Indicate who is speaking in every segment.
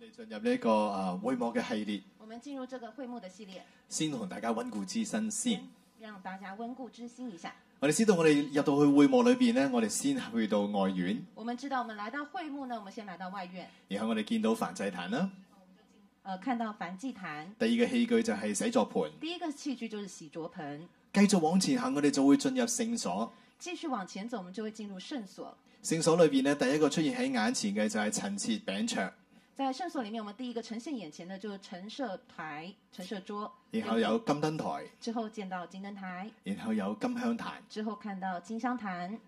Speaker 1: 哋進入呢、個啊會幕嘅系列，
Speaker 2: 我们进入这个会幕的系列，
Speaker 1: 先同大家温故知新先。
Speaker 2: 让大家温故知新一下。
Speaker 1: 我哋知道我哋入到去會幕裏邊呢，我哋先去到外院，
Speaker 2: 我们知道，我们来到会幕呢，我们先来到外院，
Speaker 1: 然後我哋見到燔祭壇啦。
Speaker 2: 呃，看到燔祭坛，
Speaker 1: 第二個器具就係洗作盤。
Speaker 2: 第一个器具就是洗濯盆。
Speaker 1: 繼續往前行，我哋就會進入聖所。
Speaker 2: 继续往前走，我们就会进入圣所。
Speaker 1: 聖所裏邊呢，第一個出現喺眼前嘅就係陳設餅桌，
Speaker 2: 在圣所里面，我们第一个呈现眼前的就是陈设台、陈设桌，
Speaker 1: 然後有金燈台，
Speaker 2: 之后见到金灯台，
Speaker 1: 然後有金香壇。
Speaker 2: 之后看到金香坛，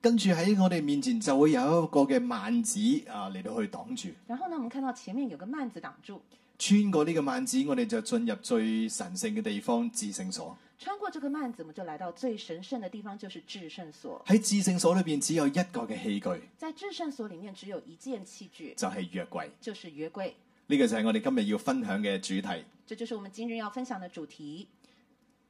Speaker 1: 跟住喺我哋面前就會有一個嘅幔子啊嚟到去擋住，
Speaker 2: 然后呢，我们看到前面有个幔子擋住，
Speaker 1: 穿過呢個幔子，我哋就進入最神聖嘅地方至聖所。
Speaker 2: 穿过这个幔子，我们就来到最神圣的地方，就是至圣所。
Speaker 1: 喺至聖所裏邊只有一個嘅器具，
Speaker 2: 在至圣所里面，只有一件器具，
Speaker 1: 就係、約櫃。
Speaker 2: 就是约柜。
Speaker 1: 呢、個就係我哋今日要分享嘅主題——
Speaker 2: 这就是我们今日要分享的主題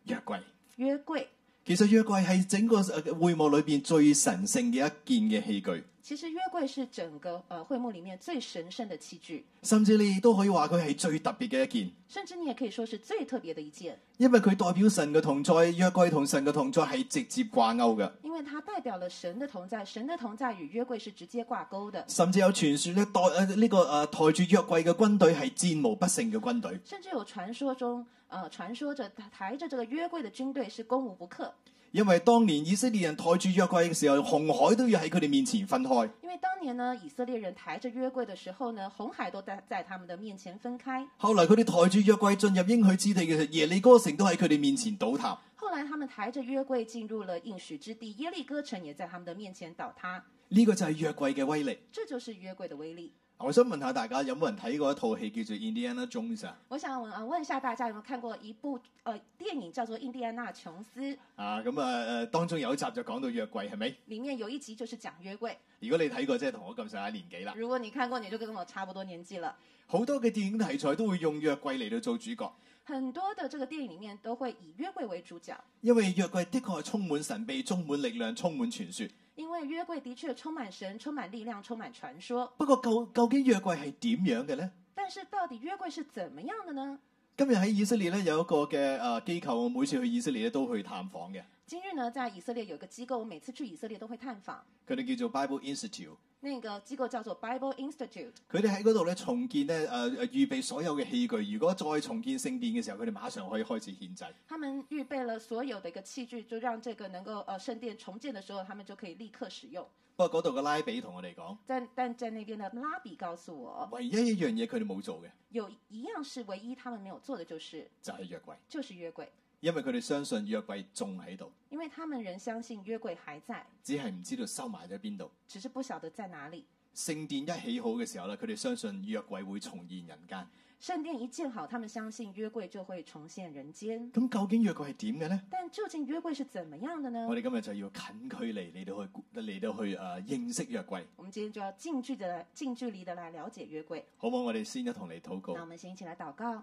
Speaker 1: 約櫃。
Speaker 2: ——約櫃。
Speaker 1: 其實約櫃係整個呃會幕裏邊最神聖嘅一件嘅器具，
Speaker 2: 其實約櫃是整個呃會幕裡面最神聖的器具，
Speaker 1: 甚至你亦都可以話佢係最特別嘅一件，
Speaker 2: 甚至你也可以說是最特別的一件，
Speaker 1: 因為佢代表神嘅同在。約櫃同神嘅同在係直接掛鈎嘅，
Speaker 2: 因為它代表了神的同在，神的同在與約櫃是直接掛鈎的。
Speaker 1: 甚至有傳說咧，代呃呢、個呃抬住約櫃嘅軍隊係戰無不勝嘅軍隊。
Speaker 2: 甚至有傳說中，呃，傳說着抬着這個約櫃的軍隊是攻無不克，
Speaker 1: 因為當年以色列人抬住約櫃嘅時候，紅海都要喺佢哋面前分開。
Speaker 2: 因為當年呢，以色列人抬着約櫃的時候呢，紅海都在在他們的面前分開。
Speaker 1: 後來佢哋抬住約櫃進入應許之地嘅時候，耶利哥城都喺佢哋面前倒塌。
Speaker 2: 後來他們抬着約櫃進入了應許之地，耶利哥城也在他們的面前倒塌。
Speaker 1: 呢、個就係約櫃嘅威力。
Speaker 2: 這就是約櫃的威力。
Speaker 1: 我想問下大家，有冇人睇過一套戲叫做《Indiana Jones》啊？
Speaker 2: 我想问啊，问一下大家有没有看过一部呃电影叫做《印第安纳琼斯》，
Speaker 1: 啊，咁啊誒，當中有一集就講到約櫃係咪？
Speaker 2: 里面有一集就是讲约柜。
Speaker 1: 如果你睇過，即係同我咁上下年紀啦。
Speaker 2: 如果你看过，你就跟我差不多年纪了。
Speaker 1: 好多嘅電影題材都會用約櫃嚟到做主角，
Speaker 2: 很多的这个电影里面都会以约柜为主角，
Speaker 1: 因為約櫃的確係充滿神秘、充滿力量、充滿傳說。
Speaker 2: 因为约柜的确充满神、充满力量、充满传说。
Speaker 1: 不過究究竟約櫃係點樣嘅呢？
Speaker 2: 但是到底约柜是怎么样的呢？
Speaker 1: 今日喺以色列咧有一個嘅誒機構，我每次去以色列咧都去探訪嘅，
Speaker 2: 今日呢，在以色列有一个机构，我每次去以色列都会探访，
Speaker 1: 佢哋叫做 Bible Institute。
Speaker 2: 那个机构叫做 Bible Institute。
Speaker 1: 佢哋喺嗰度咧重建咧誒誒預備所有嘅器具，如果再重建聖殿嘅時候，佢哋馬上可以開始獻祭。
Speaker 2: 他们预备了所有的一个器具，就让这个能够呃圣殿重建的时候，他们就可以立刻使用。
Speaker 1: 不過嗰度嘅拉比同我哋講，
Speaker 2: 但但在那边的拉比告诉我，
Speaker 1: 唯一一樣嘢佢哋冇做嘅
Speaker 2: 有一樣是唯一他们没有做的，就是
Speaker 1: 就係約櫃，
Speaker 2: 就是约柜，
Speaker 1: 因為佢哋相信約櫃仲喺度，
Speaker 2: 因為他們仍相信约柜還在，
Speaker 1: 只係唔知道收埋咗邊度。
Speaker 2: 只是不曉得在哪裡。
Speaker 1: 聖殿一起好嘅時候咧，佢哋相信約櫃會重現人間。
Speaker 2: 聖殿一建好，他們相信约櫃就會重現人間。
Speaker 1: 咁究竟約櫃係點嘅呢？
Speaker 2: 但究竟约櫃是怎麼樣的呢
Speaker 1: 我？哋今日就要近距離嚟到去嚟到去誒、呃、認識約櫃。
Speaker 2: 我們今天就要近距的来近距離的來了解约櫃。
Speaker 1: 好唔好？我哋先一同嚟禱
Speaker 2: 那我
Speaker 1: 告。
Speaker 2: 們先一起來禱告，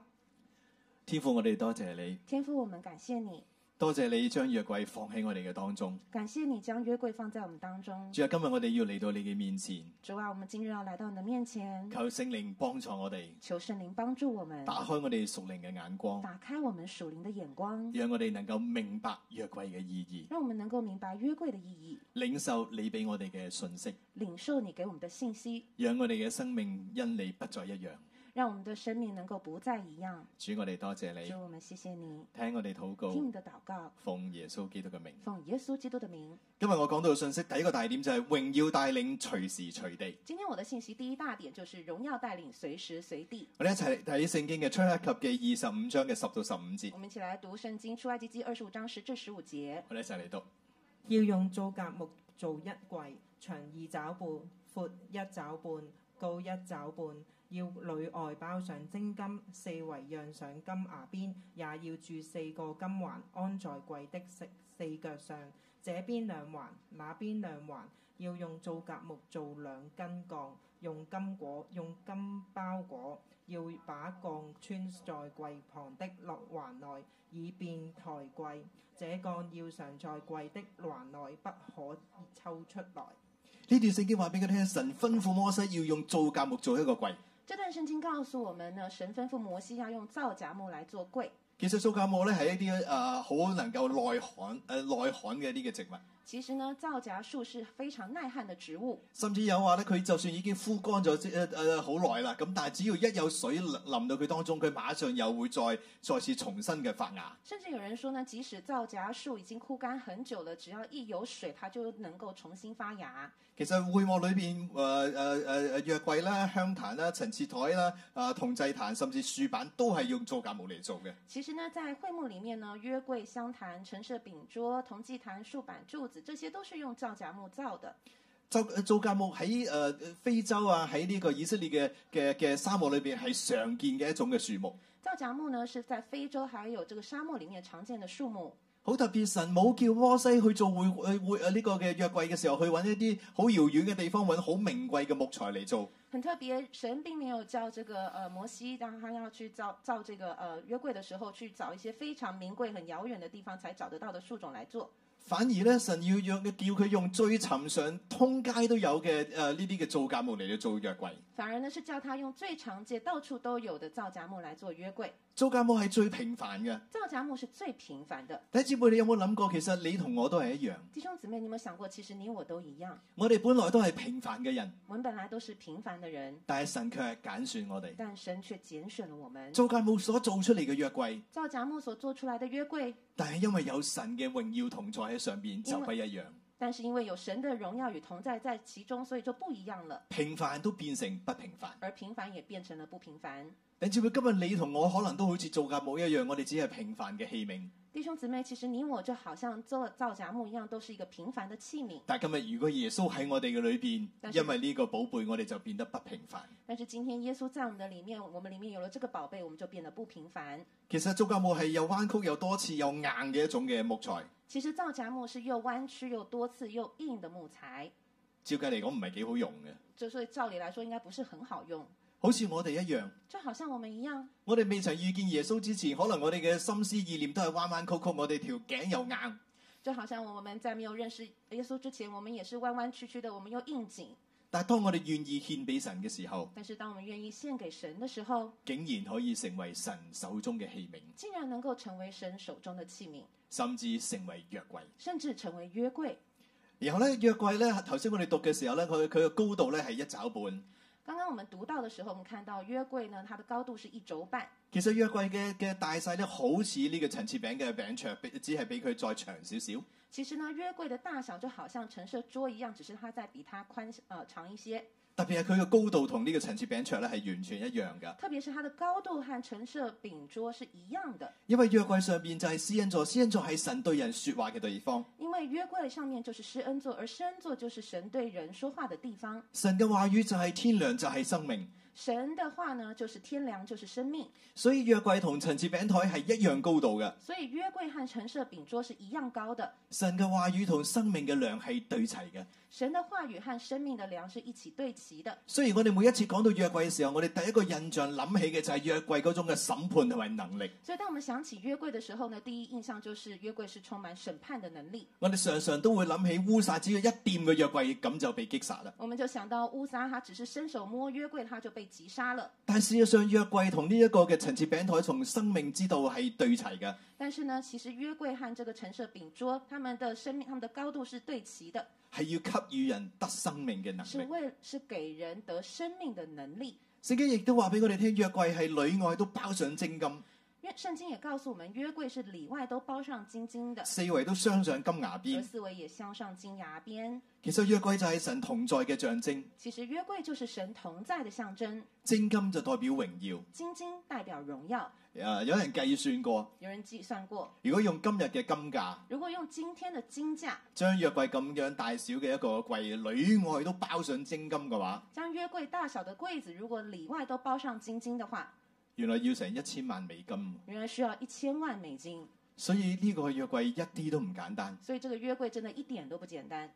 Speaker 1: 天父，我哋多謝你，
Speaker 2: 天父，我們感謝你，
Speaker 1: 多謝你將約櫃放喺我哋嘅當中。
Speaker 2: 感謝你將约櫃放在我們當中。
Speaker 1: 主啊，今日我哋要嚟到你嘅面前，
Speaker 2: 主啊，我們今日要來到你的面前，
Speaker 1: 求聖靈幫助我哋，
Speaker 2: 求聖靈幫助我們，
Speaker 1: 打開我哋屬靈嘅眼光，
Speaker 2: 打開我們屬靈的眼光，
Speaker 1: 讓我哋能夠明白約櫃嘅意
Speaker 2: 讓我們能夠明白约櫃的意義。
Speaker 1: 義，領受你俾我哋嘅信息，
Speaker 2: 领受你给我们的信息，
Speaker 1: 讓我哋嘅生命因你不再一樣。
Speaker 2: 让我们的生命能够不再一样。
Speaker 1: 主，我哋多謝你
Speaker 2: 主，，我们谢谢你，
Speaker 1: 聽我哋禱
Speaker 2: 听
Speaker 1: 告，
Speaker 2: 你的祷告，
Speaker 1: 奉耶穌基督嘅名。
Speaker 2: 奉耶穌基督的名。
Speaker 1: 今日我講到嘅信息第一個大點就係榮耀帶領隨時隨地。
Speaker 2: 今天我的信息第一大点就是荣耀带领，随时随地。
Speaker 1: 我哋一齊睇聖經嘅出埃及嘅二十五章嘅十到十五節。
Speaker 2: 我们一起来读圣经出埃及记二十五章十至十五节。
Speaker 1: 我哋一齊嚟讀。
Speaker 3: 要用皂莢木做一櫃，長二爪半，闊一爪半，高一爪半。要裏外包上精金，四圍讓上金牙邊，也要鑄四個金環，安在櫃的四四腳上。這邊兩環，那邊兩環。要用皂莢木做兩根槓，用金果，用金包裹。要把槓穿在櫃旁的落環內，以便抬櫃。這槓要常在櫃的環內，不可抽出來。
Speaker 1: 呢段聖經話俾佢聽，神吩咐摩西要用皂莢木做一個櫃。
Speaker 2: 这段圣经告诉我们呢，神吩咐摩西要用皂荚木来做柜。
Speaker 1: 其實塑膠木咧係一啲誒呃好能夠耐旱誒、呃、耐旱嘅一啲嘅植物，
Speaker 2: 其实呢，皂荚树是非常耐旱的植物，
Speaker 1: 甚至有話咧佢就算已經枯乾咗即誒誒好耐啦，咁但係只要一有水淋淋到佢當中，佢馬上又會再再次重新嘅發芽。
Speaker 2: 甚至有人说呢，即使皂荚树已经枯干很久了，只要一有水，它就能够重新发芽。
Speaker 1: 其實會幕呃裏邊誒誒誒誒約櫃啦、香壇啦、陳設台啦、啊、銅祭壇甚至樹板都係用塑膠木嚟做嘅。
Speaker 2: 其实呢，在会幕里面呢，约柜、香坛、陈设饼桌、铜祭坛、竖板、柱子，这些都是用皂荚木造的。
Speaker 1: 做做教呃木喺誒非洲啊，喺呢個以色列嘅嘅嘅沙漠裏邊係常見嘅一種嘅樹木。
Speaker 2: 皂荚木呢是在非洲还有这个沙漠里面常见的树木。
Speaker 1: 好特別，神冇叫摩西去做會誒會誒呢個嘅約櫃嘅時候，去揾一啲好遙遠嘅地方揾好名貴嘅木材嚟做。
Speaker 2: 很特别，神并没有叫这个呃摩西让他要去造造这个呃约柜的时候，去找一些非常名贵、很遥远的地方才找得到的树种来做。
Speaker 1: 反而咧，神要讓叫佢用最尋常、通街都有嘅誒呢啲嘅造價木嚟到做約櫃。
Speaker 2: 反而呢是叫他用最常见、到處都有的皂荚木来做约柜。
Speaker 1: 造價木係最平凡嘅。
Speaker 2: 皂荚木是最平凡的。
Speaker 1: 弟兄姊妹，你有冇諗過？其實你同我都係一樣，
Speaker 2: 弟兄姊妹，你有没有想过，其实你我都一样，
Speaker 1: 我哋本來都係平凡嘅人，
Speaker 2: 我们本来都是平凡的人，
Speaker 1: 但係神卻係揀選我哋。
Speaker 2: 但神却拣选了我们。
Speaker 1: 造價木所做出嚟嘅約櫃，
Speaker 2: 皂荚木所做出来的约柜，
Speaker 1: 但係因為有神嘅榮耀同在喺上邊，就不一樣。
Speaker 2: 但是因为有神的荣耀与同在在其中，所以就不一样了。
Speaker 1: 平凡都變成不平凡。
Speaker 2: 而平凡也变成了不平凡。
Speaker 1: 你知唔知今日你同我可能都好似造價木一樣，我哋只係平凡嘅器皿。
Speaker 2: 弟兄姊妹，其实你我就好像做皂荚木一样，都是一个平凡的器皿。
Speaker 1: 但今日如果耶穌喺我哋嘅裏邊，
Speaker 2: 但是
Speaker 1: 因為呢個寶貝，我哋就變得不平凡。
Speaker 2: 但是今天耶稣在我们的里面，我们里面有了这个宝贝，我们就变得不平凡。
Speaker 1: 其實造價木係又彎曲又多刺又硬嘅一種嘅木材，
Speaker 2: 其实皂荚木是又弯曲又多刺又硬的木材，
Speaker 1: 照計嚟講唔係幾好用嘅。
Speaker 2: 就所以照理来说应该不是很好用。
Speaker 1: 好似我哋一樣，
Speaker 2: 就好像我们一样，
Speaker 1: 我哋未曾遇見耶穌之前，可能我哋嘅心思意念都係彎彎曲曲，我哋條頸又硬。
Speaker 2: 就好像我们在没有认识耶稣之前，我们也是弯弯曲曲的，我们又应景。
Speaker 1: 但係當我哋願意獻俾神嘅時候，
Speaker 2: 但是当我们愿意献给神的时候，
Speaker 1: 竟然可以成為神手中嘅器皿，
Speaker 2: 竟然能够成为神手中的器皿，
Speaker 1: 甚至成為約櫃。
Speaker 2: 甚至成为约柜。
Speaker 1: 然後咧，約櫃咧，頭先我哋讀嘅時候咧，佢佢嘅高度咧係一爪半。
Speaker 2: 刚刚我们读到的时候，我们看到约柜呢，它的高度是一肘半。
Speaker 1: 其實約櫃嘅嘅大細咧，好似呢個陳設餅嘅餅桌，比只係比佢再長少少。
Speaker 2: 其实呢，约柜的大小就好像陈设桌一样，只是它在比它宽呃长一些。
Speaker 1: 特別係佢嘅高度同呢個陳設餅桌咧係完全一樣㗎，
Speaker 2: 特别是它的高度和陈设饼桌是一样的，
Speaker 1: 因為約櫃上邊就係施恩座，施恩座係神對人説話嘅地方。
Speaker 2: 因为约柜上面就是施恩座，而施恩座就是神对人说话的地方。
Speaker 1: 神嘅話語就係天良，就係、生命。
Speaker 2: 神的话呢，就是天良，就是生命。
Speaker 1: 所以約櫃同陳設餅台係一樣高度嘅。
Speaker 2: 所以约柜和陈设饼桌是一样高的。
Speaker 1: 神嘅話語同生命嘅量係對齊嘅。
Speaker 2: 神的话语和生命的粮是一起对齐的。
Speaker 1: 雖然我哋每一次講到約櫃嘅時候，我哋第一個印象諗起嘅就係約櫃嗰種嘅審判同埋能力。
Speaker 2: 所以，当我们想起约柜的时候呢，第一印象就是约柜是充满审判的能力。
Speaker 1: 我哋常常都會諗起烏撒，只要一掂個約櫃，咁就被擊殺啦。
Speaker 2: 我们就想到乌撒，他只是伸手摸约柜，他就被击杀了。
Speaker 1: 但事實上，約櫃同呢一個嘅陳設餅台從生命之道係對齊嘅。
Speaker 2: 但是呢，其实约柜和这个陈设饼桌，他们的生命、他们的高度是对齐的，
Speaker 1: 係要給予人得生命嘅能
Speaker 2: 是
Speaker 1: 力。
Speaker 2: 为是给人得生命的能力。
Speaker 1: 聖經亦都話俾我哋聽，約櫃係裏外都包上精金，
Speaker 2: 约圣经也告诉我们，约柜是里外都包上金金的，
Speaker 1: 四圍都镶上金牙
Speaker 2: 而
Speaker 1: 邊。
Speaker 2: 四围也镶上金牙边。
Speaker 1: 其實約櫃就係神同在嘅象徵，
Speaker 2: 其实约柜就是神同在的象征，
Speaker 1: 精金就代表榮耀。
Speaker 2: 金金代表荣耀。
Speaker 1: 誒、有人計算過，
Speaker 2: 有人计算过，
Speaker 1: 如果用今日嘅金價，
Speaker 2: 如果用今天的金价
Speaker 1: 將約櫃咁樣大小嘅一個櫃，裏外都包上精金嘅話，
Speaker 2: 将约柜大小的柜子，如果里外都包上金金的话，
Speaker 1: 原來要成一千萬美金。
Speaker 2: 原来需要一千万美金。
Speaker 1: 所以呢個約櫃一啲都唔簡單。
Speaker 2: 所以这个约柜真的一点都不简单。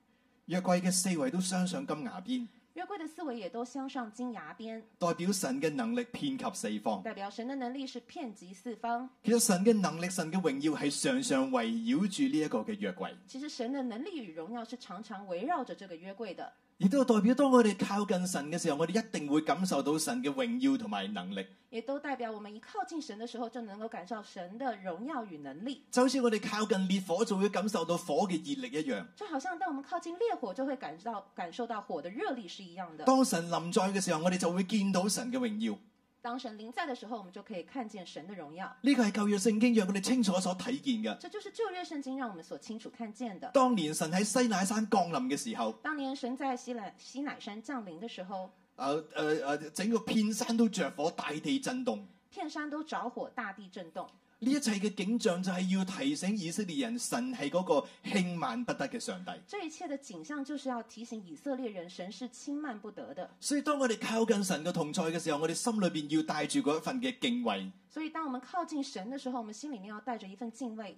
Speaker 1: 約櫃嘅四圍都镶上金牙邊，
Speaker 2: 约柜的四围也都镶上金牙边，
Speaker 1: 代表神嘅能力遍及四方。
Speaker 2: 代表神的能力是遍及四方。
Speaker 1: 其實神嘅能力、神嘅榮耀係常常圍繞住呢一個嘅約櫃。
Speaker 2: 其实神的能力与荣耀是常常围绕着这个约柜的。
Speaker 1: 亦都代表當我哋靠近神嘅時候，我哋一定會感受到神嘅榮耀同埋能力。
Speaker 2: 也都代表我们一靠近神的时候，就能够感受神的荣耀与能力。
Speaker 1: 就好似我哋靠近烈火，就會感受到火嘅熱力一樣。
Speaker 2: 就好像当我们靠近烈火，就会感到感受到火的热力是一样的。
Speaker 1: 當神臨在嘅時候，我哋就會見到神嘅榮耀。
Speaker 2: 当神临在的时候，我们就可以看见神的荣耀。
Speaker 1: 呢個係舊約聖經讓我哋清楚所睇見嘅。
Speaker 2: 这就是旧约圣经让我们所清楚看见的。
Speaker 1: 當年神喺西乃山降臨嘅時候，
Speaker 2: 当年神在西乃西乃山降临的时候，
Speaker 1: 誒誒誒，啊呃整個片山都着火，大地震動。
Speaker 2: 片山都着火，大地震动。
Speaker 1: 呢一切嘅景象就係要提醒以色列人，神係嗰個輕慢不得嘅上帝。
Speaker 2: 这一切的景象就是要提醒以色列人，神是轻慢不得的。
Speaker 1: 所以當我哋靠近神嘅同在嘅時候，我哋心裏邊要帶住嗰一份嘅敬畏。
Speaker 2: 所以，当我们靠近神的时候，我们心里面要带着一份敬畏。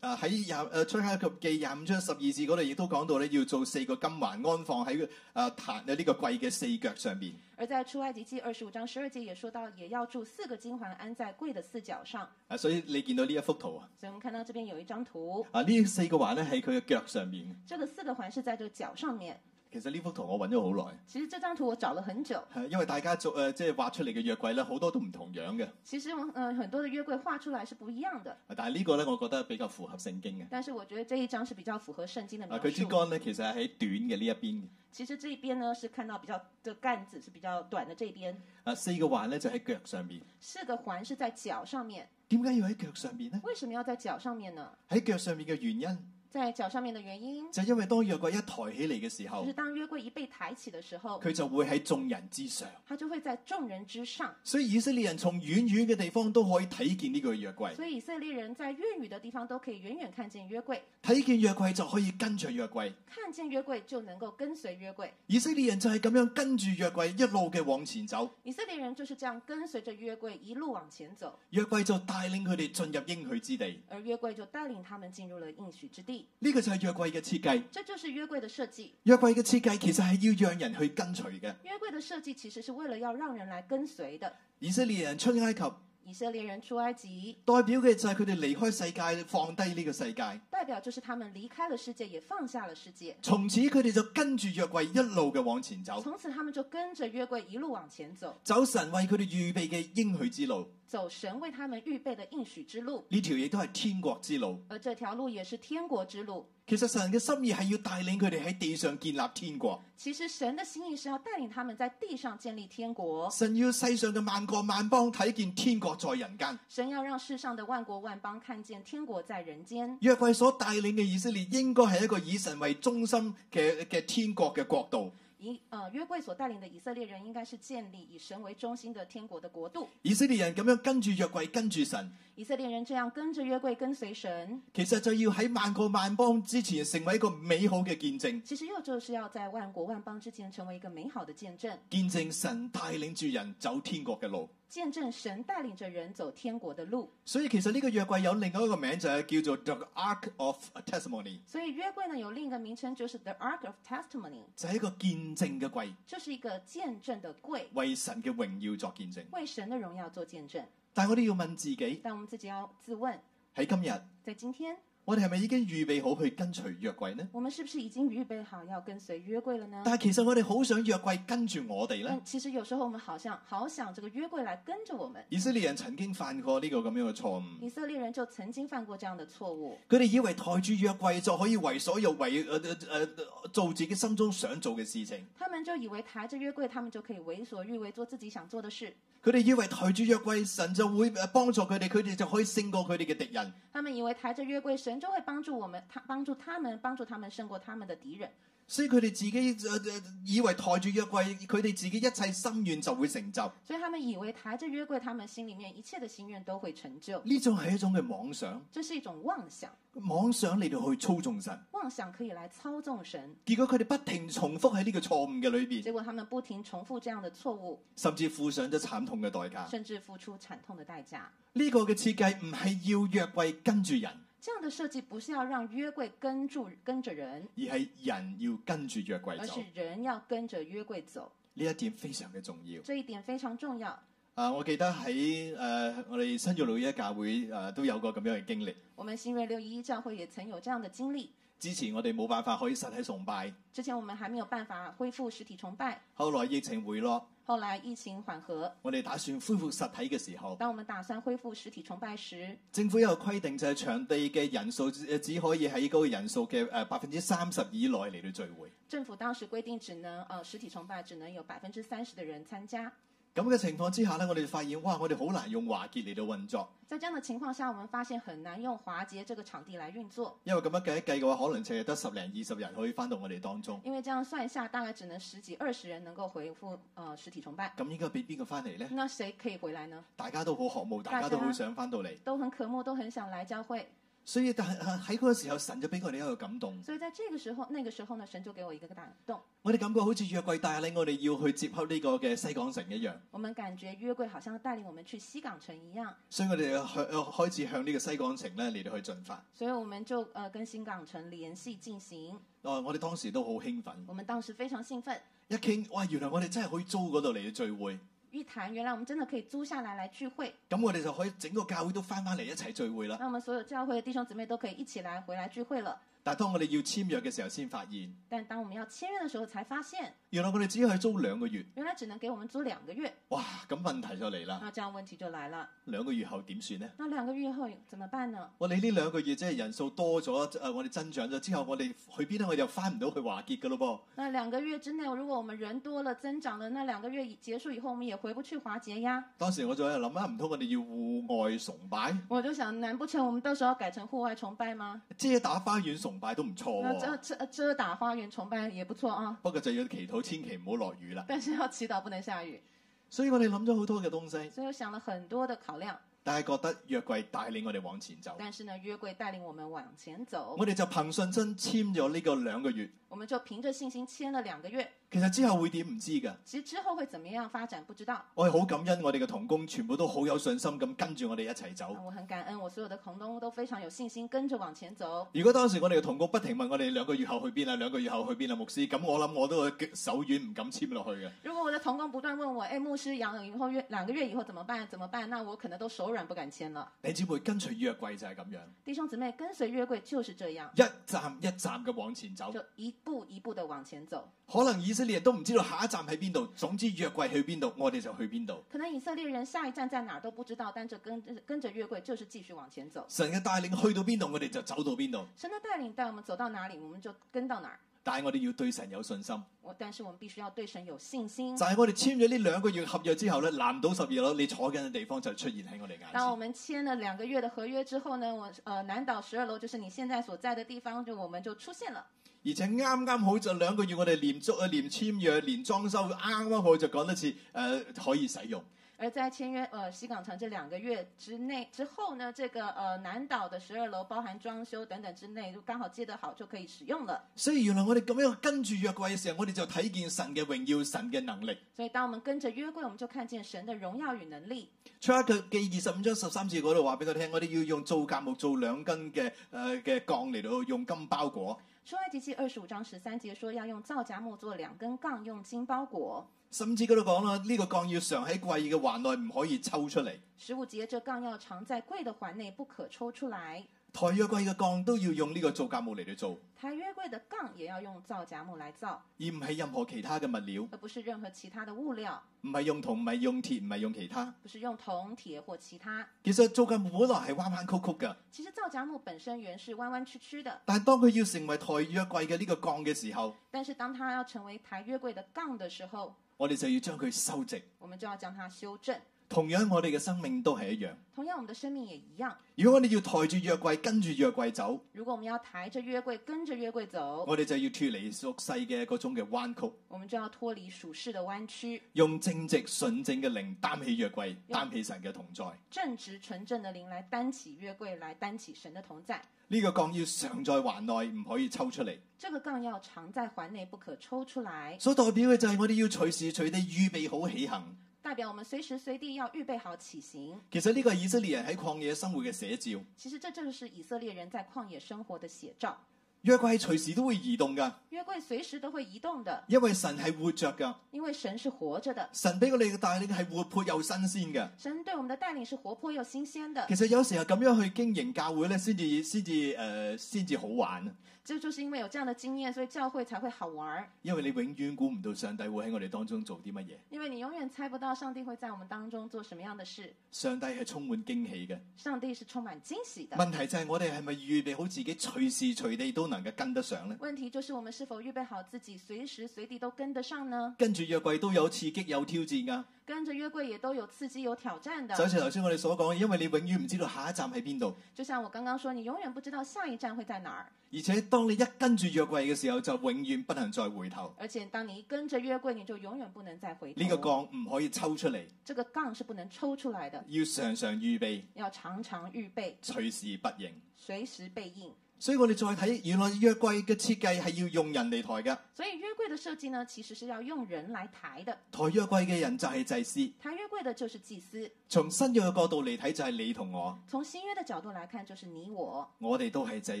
Speaker 1: 啊喺廿誒出埃及記廿五章十二節嗰度，亦都講到咧，要做四個金環安放喺啊壇嘅呢個櫃嘅四腳上邊。
Speaker 2: 而在出埃及记二十五章十二节也说到，也要铸四个金环安在柜的四角上。
Speaker 1: 啊，所以你見到呢一幅圖啊，
Speaker 2: 所以我们看到这边有一张图，
Speaker 1: 啊呢四個環咧喺佢嘅腳上面。
Speaker 2: 这个四个环是在这个角上面。
Speaker 1: 其實呢幅圖我揾咗好耐
Speaker 2: 其实这张图我找了很久。，
Speaker 1: 係 因為大家做誒、呃即係畫出嚟嘅約櫃咧，好多都唔同樣嘅。
Speaker 2: 其实我嗯、呃很多的约柜画出来是不一样的，
Speaker 1: 啊但係呢個咧，我覺得比較符合聖經嘅。
Speaker 2: 但是我觉得这一张是比较符合圣经的
Speaker 1: 啊，
Speaker 2: 描
Speaker 1: 佢支
Speaker 2: 述。
Speaker 1: 竿咧其實係喺短嘅呢一邊嘅。
Speaker 2: 其实这一边呢是看到比较的杆子是比较短的这一边，
Speaker 1: 啊，四個環咧就喺腳上面。
Speaker 2: 四个环是在脚上面。
Speaker 1: 點解要喺腳上面呢？
Speaker 2: 为什么要在脚上面呢？
Speaker 1: 喺腳上面嘅原因
Speaker 2: 在脚上面的原因
Speaker 1: 就係因為當約櫃一抬起嚟嘅時
Speaker 2: 就
Speaker 1: 候
Speaker 2: 是，当约柜一被抬起的时候，
Speaker 1: 佢就會喺眾人之上。
Speaker 2: 它就会在众人之上。
Speaker 1: 所以以色列人從遠遠嘅地方都可以睇見呢個約櫃，
Speaker 2: 所以以色列人在越远的地方都可以远远看见约柜，
Speaker 1: 睇見約櫃就可以跟隨約櫃。
Speaker 2: 看见约柜就能够跟随约柜。
Speaker 1: 以色列人就係咁樣跟住約櫃一路嘅往前走，
Speaker 2: 以色列人就是这样跟随着约柜一路往前走，
Speaker 1: 約櫃就帶領佢哋進入應許之地。
Speaker 2: 而约柜就带领他们进入了应许之地。
Speaker 1: 呢、個就係約櫃嘅設計。
Speaker 2: 这就是约柜的设计。
Speaker 1: 約櫃嘅設計其實係要讓人去跟隨嘅。
Speaker 2: 约柜的设计其实是为了要让人来跟随的。
Speaker 1: 以色列人出埃及。
Speaker 2: 以色列人出埃及，
Speaker 1: 代表嘅就係佢哋離開世界，放低呢個世界。
Speaker 2: 代表就是他们离开了世界，也放下了世界。
Speaker 1: 從此佢哋就跟住約櫃一路嘅往前走，
Speaker 2: 从此，他们就跟着约柜一路往前走，
Speaker 1: 走神為佢哋預備嘅應許之路。
Speaker 2: 走神为他们预备的应许之路，
Speaker 1: 呢條亦都係天國之路。
Speaker 2: 而这条路也是天国之路。
Speaker 1: 其實神嘅心意係要帶領佢哋喺地上建立天國。
Speaker 2: 其实神的心意是要带领他们在地上建立天国，
Speaker 1: 神要世上嘅萬國萬邦睇見天國在人間。
Speaker 2: 神要让世上的万国万邦看见天国在人间。
Speaker 1: 約櫃所帶領嘅以色列應該係一個以神為中心嘅嘅天國嘅國度。
Speaker 2: 以呃约柜所带领的以色列人，应该是建立以神为中心的天国的国度。
Speaker 1: 以色列人咁樣跟住約櫃，跟住神，
Speaker 2: 以色列人这样跟着约柜跟随神，
Speaker 1: 其實就要喺萬國萬邦之前成為一個美好嘅見證。
Speaker 2: 其实又就是要在万国万邦之前成为一个美好的见证，
Speaker 1: 見證神帶領住人走天國嘅路。
Speaker 2: 见证神带领着人走天国的路。
Speaker 1: 所以其實呢個約櫃有另外一個名就係叫做 The Ark of Testimony，
Speaker 2: 所以约柜呢有另一个名称，就是 The Ark of Testimony，
Speaker 1: 就係一個見證嘅櫃，
Speaker 2: 这是一个见证的柜，
Speaker 1: 為神嘅榮耀作見證。
Speaker 2: 为神的荣耀做见证。
Speaker 1: 但係我哋要問自己
Speaker 2: 但我们自己要自问，
Speaker 1: 喺今日，
Speaker 2: 在今天。
Speaker 1: 我哋係咪已經預備好去跟隨約櫃呢？
Speaker 2: 我们是不是已经预备好要跟随约柜了呢？
Speaker 1: 但係其實我哋好想約櫃跟住我哋呢。
Speaker 2: 但其实有时候我们好像好想这个约柜来跟着我们。
Speaker 1: 以色列人曾經犯過呢個咁樣嘅錯誤，
Speaker 2: 以色列人就曾经犯过这样的错误，
Speaker 1: 佢哋以為抬住約櫃就可以為所欲為，誒誒誒呃做自己心中想做嘅事情。
Speaker 2: 他们就以为抬着约柜，他们就可以为所欲为，做自己想做的事。
Speaker 1: 佢哋以為抬住約櫃，神就會呃幫助佢哋，佢哋就可以勝過佢哋嘅敵人。
Speaker 2: 他们以为抬着约柜，神就会帮助我们，他帮助他们，帮助他们胜过他们的敌人。
Speaker 1: 所以佢哋自己、呃呃、以為抬住約櫃，佢哋自己一切心願就會成就。
Speaker 2: 所以他们以为抬着约柜，他们心里面一切的心愿都会成就。
Speaker 1: 呢種係一種嘅妄想，
Speaker 2: 这是一种妄想，
Speaker 1: 妄想嚟到去操縱神。
Speaker 2: 妄想可以来操纵神。
Speaker 1: 結果佢哋不停重複喺呢個錯誤嘅裏邊，
Speaker 2: 结果他们不停重复这样的错误，
Speaker 1: 甚至付上咗慘痛嘅代價。
Speaker 2: 甚至付出惨痛的代价。
Speaker 1: 呢、個嘅設計唔係要約櫃跟住人，
Speaker 2: 这样的设计不是要让约柜跟住跟着人，
Speaker 1: 而係人要跟住約櫃
Speaker 2: 而
Speaker 1: 走
Speaker 2: 是。人要跟着约柜走。
Speaker 1: 呢一點非常嘅重要。
Speaker 2: 这一点非常重要。
Speaker 1: 啊，我記得喺誒、呃我哋新約路一教會誒、呃都有個咁樣嘅經歷。
Speaker 2: 我们新锐六一一教会也曾有这样的经历，
Speaker 1: 之前我哋冇辦法可以實體崇拜，
Speaker 2: 之前我们还没有辦法恢復實體崇拜，
Speaker 1: 後來疫情回落，
Speaker 2: 後來疫情緩和，
Speaker 1: 我哋打算恢復實體嘅時候，
Speaker 2: 當我們打算恢復實體崇拜時，
Speaker 1: 政府有個規定就係場地嘅人數只只可以喺嗰個人數嘅誒百分之三十以內嚟到聚會。
Speaker 2: 政府當時規定只能呃實體崇拜只能有百分之三十的人參加。
Speaker 1: 咁嘅情況之下咧，我哋發現哇，我哋好難用華傑嚟到運作，
Speaker 2: 在這樣的情況下，我們發現很難用華傑這個場地來運作，
Speaker 1: 因為咁樣計一計嘅話，可能淨係得十零二十人可以翻到我哋當中。
Speaker 2: 因為這樣算下大概只能十幾二十人能夠回復呃實體崇拜。
Speaker 1: 咁應該俾邊個翻嚟呢？
Speaker 2: 那誰可以回來呢？
Speaker 1: 大家都好渴慕，大
Speaker 2: 大
Speaker 1: 家
Speaker 2: 家
Speaker 1: 都好想翻到嚟。
Speaker 2: 都很渴慕，都很想來教會。
Speaker 1: 所以但係喺嗰個時候，神就俾我哋一個感動。
Speaker 2: 所以在這個時候，那個時候呢，神就給我一個感動，
Speaker 1: 我哋感覺好似約櫃帶領我哋要去接洽呢個嘅西港城一樣，
Speaker 2: 我們感覺約櫃好像帶領我們去西港城一樣，
Speaker 1: 所以我哋向開始向呢個西港城咧嚟到去進發。
Speaker 2: 所以我們就呃跟新港城聯繫進行。
Speaker 1: 哦，我哋當時都好興奮，
Speaker 2: 我們當時非常興奮，
Speaker 1: 一傾，哇！原來我哋真係可以租嗰度嚟到聚會，
Speaker 2: 一談原來我們真的可以租下來來聚會，
Speaker 1: 咁我哋就可以整個教會都翻翻嚟一齊聚會啦。
Speaker 2: 那我們所有教會的弟兄姊妹都可以一起來回來聚會了。
Speaker 1: 但係當我哋要簽約嘅時候，先發現
Speaker 2: 但當我們要簽約的時候，才發現
Speaker 1: 原來我哋只係租兩個月，
Speaker 2: 原來只能給我們租兩個月。
Speaker 1: 哇！咁問題就嚟啦，
Speaker 2: 那這樣問題就來了，
Speaker 1: 兩個月後點算呢？
Speaker 2: 那兩個月後怎麼辦呢？
Speaker 1: 我哋呢兩個月即係人數多咗，誒、我哋增長咗之後，我哋去邊咧？我又翻唔到去華傑噶咯噃。
Speaker 2: 那兩個月之內，如果我們人多了增長了，那兩個月以結束以後，我們也回不去華傑呀。
Speaker 1: 當時我就喺度諗啊，唔通我哋要戶外崇拜，
Speaker 2: 我就想，難不成我們到時候要改成戶外崇拜嗎？
Speaker 1: 遮打花園崇拜都唔錯
Speaker 2: 那遮
Speaker 1: 喎。
Speaker 2: 遮遮打花園崇拜也不錯啊，
Speaker 1: 不過就要祈禱，千祈唔好落雨啦。
Speaker 2: 但是要祈禱不能下雨。
Speaker 1: 所以我哋諗咗好多嘅東西，
Speaker 2: 所以我想了很多的考量，
Speaker 1: 但係覺得約櫃帶領我哋往前走，
Speaker 2: 但是呢，約櫃帶領我們往前走，
Speaker 1: 我哋就憑信心簽咗呢個兩個月。
Speaker 2: 我們就憑着信心簽了兩個月。
Speaker 1: 其實之後會點唔知㗎。
Speaker 2: 其實之後會怎麼樣發展不知道。
Speaker 1: 我係好感恩我哋嘅童工，全部都好有信心咁跟住我哋一齊走
Speaker 2: 啊。我很感恩，我所有的同工都非常有信心跟着往前走。
Speaker 1: 如果當時我哋嘅童工不停問我哋兩個月後去邊啊，兩個月後去邊啊，牧師，咁我諗我都會手軟唔敢簽落去嘅。
Speaker 2: 如果我的同工不斷問我，哎，牧師養了以后月兩個月以後怎麼辦？怎麼辦？那我可能都手軟不敢簽了。
Speaker 1: 你姊妹跟隨約櫃就係咁樣，
Speaker 2: 弟兄姊妹，跟隨約櫃就是這樣，
Speaker 1: 一站一站嘅往前走。
Speaker 2: 就一步一步的往前走。
Speaker 1: 可能以色列人都唔知道下一站喺邊度，總之約櫃去邊度，我哋就去邊度。
Speaker 2: 可能以色列人下一站在哪儿都不知道，但这跟跟着約櫃就是繼續往前走。
Speaker 1: 神嘅帶領去到邊度，我哋就走到邊度。
Speaker 2: 神的帶領帶我們走到哪裡，我們就跟到哪兒。
Speaker 1: 但係我哋要對神有信心。
Speaker 2: 我但是我們必須要對神有信心
Speaker 1: 就。係我哋簽咗呢兩個月合約之後咧，南島十二樓你坐緊嘅地方就出現喺我哋眼
Speaker 2: 當我
Speaker 1: 前。
Speaker 2: 們簽了兩個月的合約之後呢，我呃南島十二樓就是你現在所在的地方，就我們就出現了。
Speaker 1: 而且啱啱好就兩個月，我哋連租啊、連簽約、連裝修，啱啱好就講一次誒、呃可以使用。
Speaker 2: 而在簽約呃西港城這兩個月之內之後呢，这个呃南島的十二樓包含裝修等等之內，就剛好接得好就可以使用了。
Speaker 1: 所以原來我哋咁樣跟住約櫃嘅時候，我哋就睇見神嘅榮耀、神嘅能力。
Speaker 2: 所以當我們跟着約櫃，我們就看見神的榮耀與能力。
Speaker 1: 出埃及記二十五章十三節嗰度話俾我聽，我哋要用皂莢木做兩根嘅誒嘅鋼嚟到用金包裹。
Speaker 2: 出埃及記二十五章十三節說要用皂莢木做兩根槓，用金包裹。
Speaker 1: 甚至嗰度講啦，呢、個鋼要常喺櫃嘅環內，唔可以抽出嚟。
Speaker 2: 十五節這槓要藏在櫃的環內，不可抽出來。
Speaker 1: 抬約櫃嘅鋼都要用呢個皂莢木嚟到做，
Speaker 2: 抬約櫃的槓也要用皂莢木來造，
Speaker 1: 而唔係任何其他嘅物料，
Speaker 2: 而不是任何其他的物料，
Speaker 1: 唔係用銅，唔係用鐵，唔係用其他。
Speaker 2: 不是用銅、鐵或其他。
Speaker 1: 其實皂莢木本來係彎彎曲曲嘅，
Speaker 2: 其實皂莢木本身原是彎彎曲曲的，
Speaker 1: 但係當佢要成為抬約櫃嘅呢個鋼嘅時候，
Speaker 2: 但是當它要成為抬約櫃的槓的時候，
Speaker 1: 我哋就要將佢修直。
Speaker 2: 我們就要將它修正。
Speaker 1: 同樣，我哋嘅生命都係一樣。
Speaker 2: 同樣，我們的生命也一樣。
Speaker 1: 如果我哋要抬住約櫃，跟住約櫃走，
Speaker 2: 如果我們要抬着約櫃跟着約櫃走，
Speaker 1: 我哋就要脱離俗世嘅嗰種嘅彎曲，
Speaker 2: 我們就要脫離屬世的彎曲，
Speaker 1: 用正直純正嘅靈擔起約櫃，擔起神嘅同在。
Speaker 2: 正直純正的靈來擔起約櫃，來擔起神的同在。
Speaker 1: 呢、個鋼要常在環內，唔可以抽出嚟。
Speaker 2: 這個槓要藏在環內，不可抽出來，
Speaker 1: 所代表嘅就係我哋要隨時隨地預備好起行。
Speaker 2: 代表我們隨時隨地要預備好起行。
Speaker 1: 其實呢個係以色列人喺曠野生活嘅寫照。
Speaker 2: 其實這就是以色列人在曠野生活的寫照。
Speaker 1: 約櫃係隨時都會移動㗎，
Speaker 2: 约柜随时都会移动的，
Speaker 1: 因為神係活着㗎。
Speaker 2: 因为神是活着的，
Speaker 1: 神俾我哋嘅帶領係活潑又新鮮嘅。
Speaker 2: 神对我们的带领是活泼又新鲜的。
Speaker 1: 其實有時候咁樣去經營教會咧，先至先至誒先至好玩，
Speaker 2: 这就是因为有这样的經驗，所以教會才會好玩儿。
Speaker 1: 因為你永遠估唔到上帝會喺我哋當中做啲乜嘢。
Speaker 2: 因为你永遠猜不到上帝會在我們當中做什麼樣的事。
Speaker 1: 上帝係充滿驚喜嘅。
Speaker 2: 上帝是充滿驚喜的。
Speaker 1: 問題就係我哋係咪預備好自己隨時隨地都能夠跟得上呢？
Speaker 2: 問題就是我們是否預備好自己，隨時隨地都跟得上呢？
Speaker 1: 跟住約櫃都有刺激有挑戰㗎。
Speaker 2: 跟着約櫃也都有刺激、有挑戰
Speaker 1: 就好
Speaker 2: 的。
Speaker 1: 似頭先我哋所講，因為你永遠唔知道下一站喺邊度，
Speaker 2: 就像我剛剛說，你永遠不知道下一站會在哪儿，
Speaker 1: 而且當你一跟住約櫃嘅時候，就永遠不能再回頭。
Speaker 2: 而且當你一跟着約櫃，你就永遠不能再回頭。
Speaker 1: 呢、個槓唔可以抽出嚟，
Speaker 2: 这個杠是不能抽出來的，
Speaker 1: 要常常預備，
Speaker 2: 要常常預備，
Speaker 1: 隨時不應。
Speaker 2: 隨時備應。
Speaker 1: 所以我哋再睇，原來約櫃嘅設計係要用人嚟抬嘅，
Speaker 2: 所以約櫃的設計呢，其實是要用人來抬的。
Speaker 1: 抬約櫃嘅人就係祭司。
Speaker 2: 抬約櫃的就是祭司，
Speaker 1: 從新約嘅角度嚟睇，就係你同我，
Speaker 2: 从新约的角度来看，就是你我，
Speaker 1: 我哋都係祭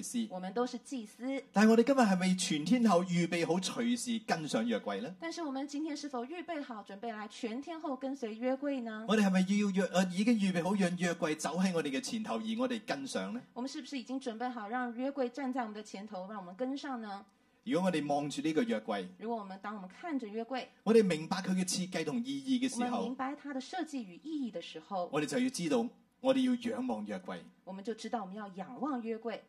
Speaker 1: 司。
Speaker 2: 我们都是祭司。
Speaker 1: 但係我哋今日係咪全天候預備好隨時跟上約櫃呢？
Speaker 2: 但是我们今天是否预备好，准备来全天候跟隨约櫃呢？
Speaker 1: 我哋係咪要約呃已經預備好讓約櫃走喺我哋嘅前頭，而我哋跟上呢？
Speaker 2: 我们是不是已经准备好让约櫃站在我们的前头，让我们跟上呢？
Speaker 1: 如果我哋望住呢個約櫃，
Speaker 2: 如果我们当我们看着约櫃，
Speaker 1: 我哋明白佢嘅設計同意義嘅
Speaker 2: 我
Speaker 1: 時
Speaker 2: 们明
Speaker 1: 候，
Speaker 2: 白它的設計與意義的時候，
Speaker 1: 我哋就要知道，我哋要仰望約櫃，
Speaker 2: 我们就知道我们要仰望约櫃，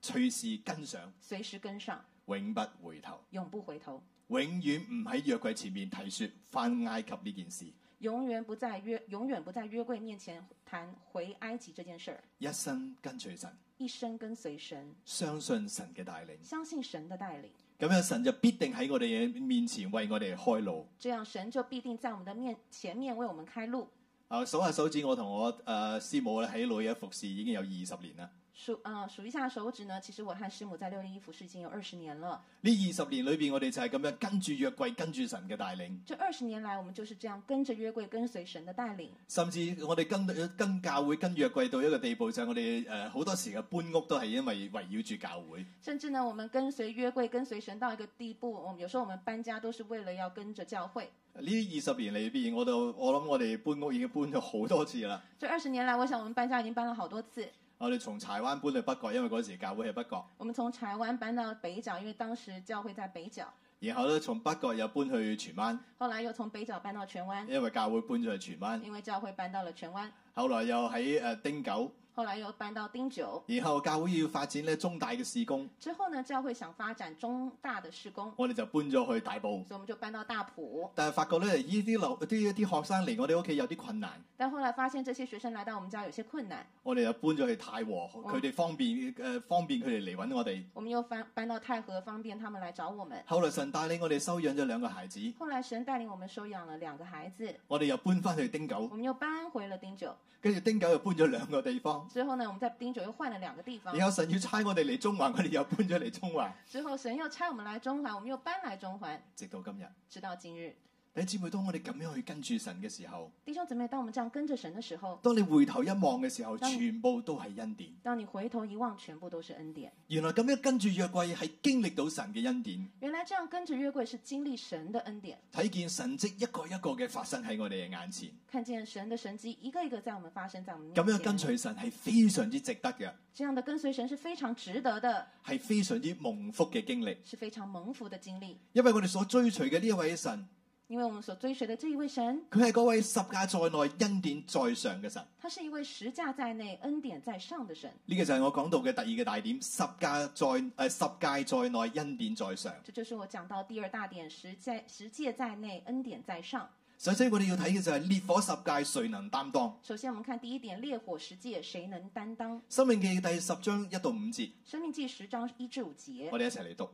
Speaker 1: 隨時跟上，
Speaker 2: 隨時跟上，
Speaker 1: 永不回頭，
Speaker 2: 永不回頭，
Speaker 1: 永遠唔喺約櫃前面提説翻埃及呢件事，
Speaker 2: 永遠不在约，永遠不在约櫃面前谈回埃及这件事儿，
Speaker 1: 一生跟隨神，
Speaker 2: 一生跟隨神，
Speaker 1: 相信神嘅帶領，
Speaker 2: 相信神的帶領。
Speaker 1: 咁樣神就必定喺我哋嘅面前為我哋開路。
Speaker 2: 这样神就必定在我们的面前面为我们開路。
Speaker 1: 啊，數下手指，我同我誒、呃、師母咧喺老嘢服侍已經有二十年啦。
Speaker 2: 数啊、数一下手指呢，其实我和师母在六零一服饰已经有二十年了。
Speaker 1: 呢二十年裏邊，我哋就係咁樣跟住約櫃，跟住神嘅帶領。
Speaker 2: 这二十年来，我们就是这样跟着约柜，跟随神的带领，
Speaker 1: 甚至我哋跟呃跟教會、跟約櫃到一個地步，就係、我哋誒好多時嘅搬屋都係因為圍繞住教會。
Speaker 2: 甚至呢，我们跟随约柜，跟随神到一个地步，我们有时候我们搬家都是为了要跟着教会。
Speaker 1: 呢二十年裏邊，我就我諗我哋搬屋已經搬咗好多次啦。
Speaker 2: 这二十年來，我想我们搬家已经搬了好多次。
Speaker 1: 我哋從柴灣搬去北角，因為嗰時教會喺北角。
Speaker 2: 我们从台湾搬到北角，因为当时教会在北角；
Speaker 1: 然後咧，從北角又搬去荃灣，
Speaker 2: 后来又从北角搬到荃湾，
Speaker 1: 因為教會搬咗去荃灣。
Speaker 2: 因为教会搬到了荃湾；
Speaker 1: 後來又喺誒丁九，
Speaker 2: 后来又搬到丁九。
Speaker 1: 然後教會要發展咧中大嘅事工，
Speaker 2: 之后呢，教会想发展中大的施工，
Speaker 1: 我哋就搬咗去大埔。
Speaker 2: 所以我们就搬到大埔。
Speaker 1: 但係發覺咧，呢啲留啲啲學生嚟我哋屋企有啲困難。
Speaker 2: 但后来发现这些学生来到我们家有些困难，
Speaker 1: 我哋又搬咗去太和，佢哋方便誒、呃方便佢哋嚟揾我哋。
Speaker 2: 我们又搬搬到太和，方便他们来找我们。
Speaker 1: 後來神帶領我哋收養咗兩個孩子，
Speaker 2: 后来神带领我们收养了两个孩子，
Speaker 1: 我哋又搬翻去丁九
Speaker 2: 我，们又搬回了丁九。
Speaker 1: 跟住丁九又搬咗兩個地方。
Speaker 2: 之后呢，我们在丁九又换了两个地方。
Speaker 1: 然後神要差我哋嚟中環，我哋又搬咗嚟中環，
Speaker 2: 之后神又差我们来中环，我们又搬来中环，
Speaker 1: 直到今日。
Speaker 2: 直到今日。
Speaker 1: 弟兄姊妹，當我哋咁樣去跟住神嘅時候，
Speaker 2: 弟兄姊妹，当我们这样跟着神的时候，
Speaker 1: 當你回頭一望嘅時候，
Speaker 2: 當然
Speaker 1: 全部都係恩典。
Speaker 2: 当你回头一望，全部都是恩典。
Speaker 1: 原來咁樣跟住約櫃係經歷到神嘅恩典，
Speaker 2: 原来这样跟着约柜是经歷神的恩典，
Speaker 1: 睇見神蹟一個一個嘅發生喺我哋嘅眼前。
Speaker 2: 看见神的神迹一个一个在我们发生在我们面
Speaker 1: 咁
Speaker 2: 前。
Speaker 1: 樣跟隨神係非常之值得嘅，
Speaker 2: 这样的跟随神是非常值得的。
Speaker 1: 係非常之蒙福嘅經歷。
Speaker 2: 是非常蒙福的经历，
Speaker 1: 因為我哋所追隨嘅呢一位神，
Speaker 2: 因为我们所追随的这一位神，
Speaker 1: 佢係嗰位十架在內恩典在上嘅神。
Speaker 2: 他是一位十架在内、恩典在上的神。
Speaker 1: 呢、個就係我講到嘅第二個大點：十架在誒、呃十戒在內恩典在上。
Speaker 2: 这就是我讲到第二大点：十在十戒在内，恩典在上。
Speaker 1: 首先我哋要睇嘅就係烈火十戒誰能擔當？
Speaker 2: 首先，我们看第一点，烈火十戒谁能担当？
Speaker 1: 生命記第十章一到五節，
Speaker 2: 生命记十章一至五节。
Speaker 1: 我哋一齊嚟讀。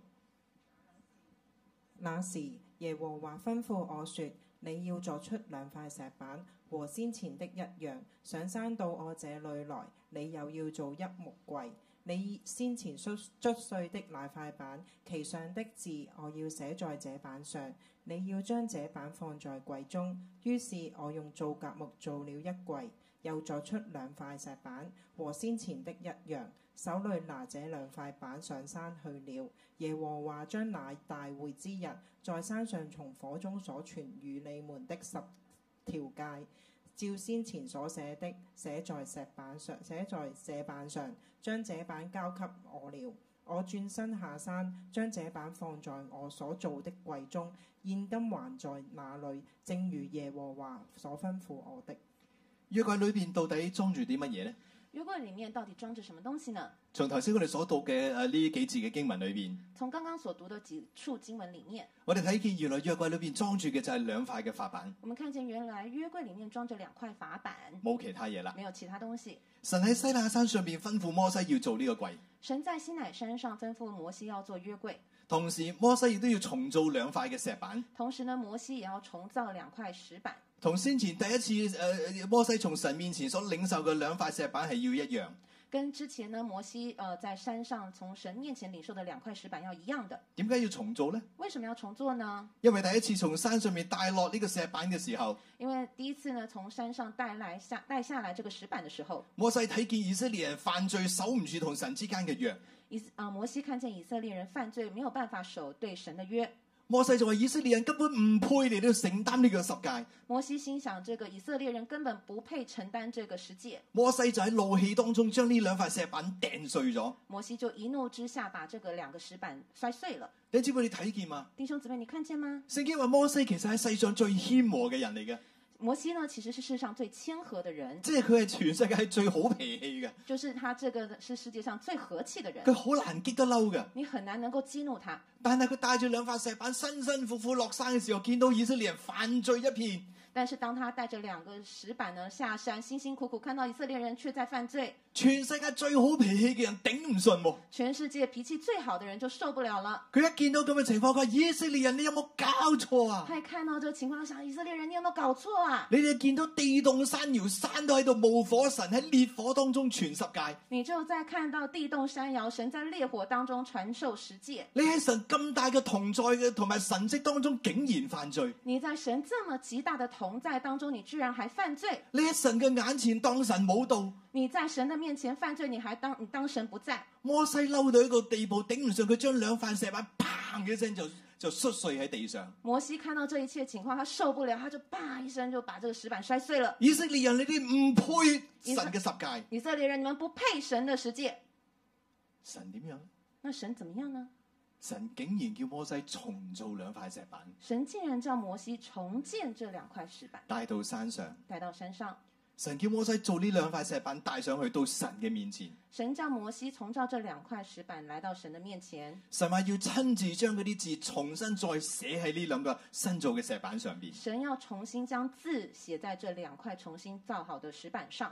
Speaker 3: 那時耶和華吩咐我說：你要作出兩塊石板，和先前的一樣，上山到我這裏來。你又要做一木櫃，你先前摔捽碎的那塊板，其上的字我要寫在這板上。你要將這板放在櫃中。於是我用皂莢木做了一櫃，又作出兩塊石板，和先前的一樣，手裏拿這兩塊板上山去了。耶和華將那大會之日，在山上從火中所傳與你們的十條戒，照先前所寫的寫在石板上，寫在這板上，將這板交給我了。我轉身下山，將這板放在我所做的櫃中，現今還在那裏，正如耶和華所吩咐我的。
Speaker 1: 約櫃裏邊到底裝住啲乜嘢呢？
Speaker 2: 约柜里面到底裝着什么東西呢？
Speaker 1: 從頭先我哋所讀嘅誒呢幾字嘅經文裏邊，
Speaker 2: 從剛剛所讀的幾處經文里面，
Speaker 1: 我哋睇見原來約櫃裏邊裝住嘅就係兩塊嘅法板，
Speaker 2: 我们看见原来约櫃里面裝着兩塊法板，
Speaker 1: 冇其他嘢啦。
Speaker 2: 沒有其他東西。
Speaker 1: 神喺西奈山上邊吩咐摩西要做呢個櫃，
Speaker 2: 神在西乃山上吩咐摩西要做约櫃，
Speaker 1: 同時摩西亦都要重造兩塊嘅石板。
Speaker 2: 同時呢，摩西也要重造兩塊石板，
Speaker 1: 同先前第一次誒、呃摩西從神面前所領受嘅兩塊石板係要一樣，
Speaker 2: 跟之前呢摩西呃在山上從神面前領受的兩塊石板要一樣的。
Speaker 1: 點解要重做呢？
Speaker 2: 為什麼要重做呢？
Speaker 1: 因為第一次從山上面帶落呢個石板嘅時候，
Speaker 2: 因為第一次呢從山上帶來下帶下來這個石板的時候，
Speaker 1: 摩西睇見以色列人犯罪，守唔住同神之間嘅約。
Speaker 2: 以啊、摩西看見以色列人犯罪，沒有辦法守對神的約。
Speaker 1: 摩西就話：以色列人根本唔配嚟到承擔呢個十戒。
Speaker 2: 摩西心想，這個以色列人根本不配承擔這個十戒。
Speaker 1: 摩西就喺怒氣當中將呢兩塊石板掟碎咗。
Speaker 2: 摩西就一怒之下把這個兩個石板摔碎了。
Speaker 1: 你知唔知你睇見嘛？
Speaker 2: 弟兄姊妹，你看見嗎？
Speaker 1: 聖經話摩西其實係世上最謙和嘅人嚟嘅，
Speaker 2: 摩西呢，其實是世上最謙和的人，
Speaker 1: 即係佢係全世界最好脾氣嘅，
Speaker 2: 就是他這個是世界上最和氣的人
Speaker 1: 佢。好難激得嬲嘅。
Speaker 2: 你很難能夠激怒他，
Speaker 1: 但係佢帶住兩塊石板，辛辛苦苦落山嘅時候，見到以色列人犯罪一片，
Speaker 2: 但是當他帶着兩個石板呢下山，辛辛苦苦看到以色列人卻在犯罪，
Speaker 1: 全世界最好脾氣嘅人頂唔順喎。
Speaker 2: 全世界脾氣最好的人就受不了了。
Speaker 1: 佢一見到咁嘅情況，佢話：以色列人，你有冇搞錯啊？
Speaker 2: 他一看到這個情況，想以色列人，你有沒有搞錯啊？
Speaker 1: 你哋見到地動山搖，山都喺度冒火，神喺烈火當中傳十戒。
Speaker 2: 你就在看到地動山搖，神在烈火當中傳授十戒。
Speaker 1: 你喺神咁大嘅同在嘅同埋神蹟當中，竟然犯罪。
Speaker 2: 你在神這麼極大的同在當中，你居然還犯罪；
Speaker 1: 你喺神嘅眼前當神冇到，
Speaker 2: 你在神的面前犯罪，你還當你當神不在。
Speaker 1: 摩西嬲到一個地步，頂唔順，佢將兩塊石板砰嘅聲就就摔碎喺地上。
Speaker 2: 摩西看到這一切情況，他受不了，他就啪一聲就把這個石板摔碎了。
Speaker 1: 以色列人，你哋唔配神嘅十戒，
Speaker 2: 以色列人，你們不配神的十戒。
Speaker 1: 神點樣？
Speaker 2: 那神怎麼樣呢？
Speaker 1: 神竟然叫摩西重造兩塊石板，
Speaker 2: 神竟然叫摩西重建這兩塊石板，
Speaker 1: 帶到山上。
Speaker 2: 帶到山上。
Speaker 1: 神叫摩西做呢兩塊石板帶上去到神嘅面前。
Speaker 2: 神叫摩西重造這兩塊石板，來到神的面前。
Speaker 1: 神話要親自將嗰啲字重新再寫喺呢兩個新造嘅石板上邊。
Speaker 2: 神要重新將字寫在這兩塊重新造好的石板上。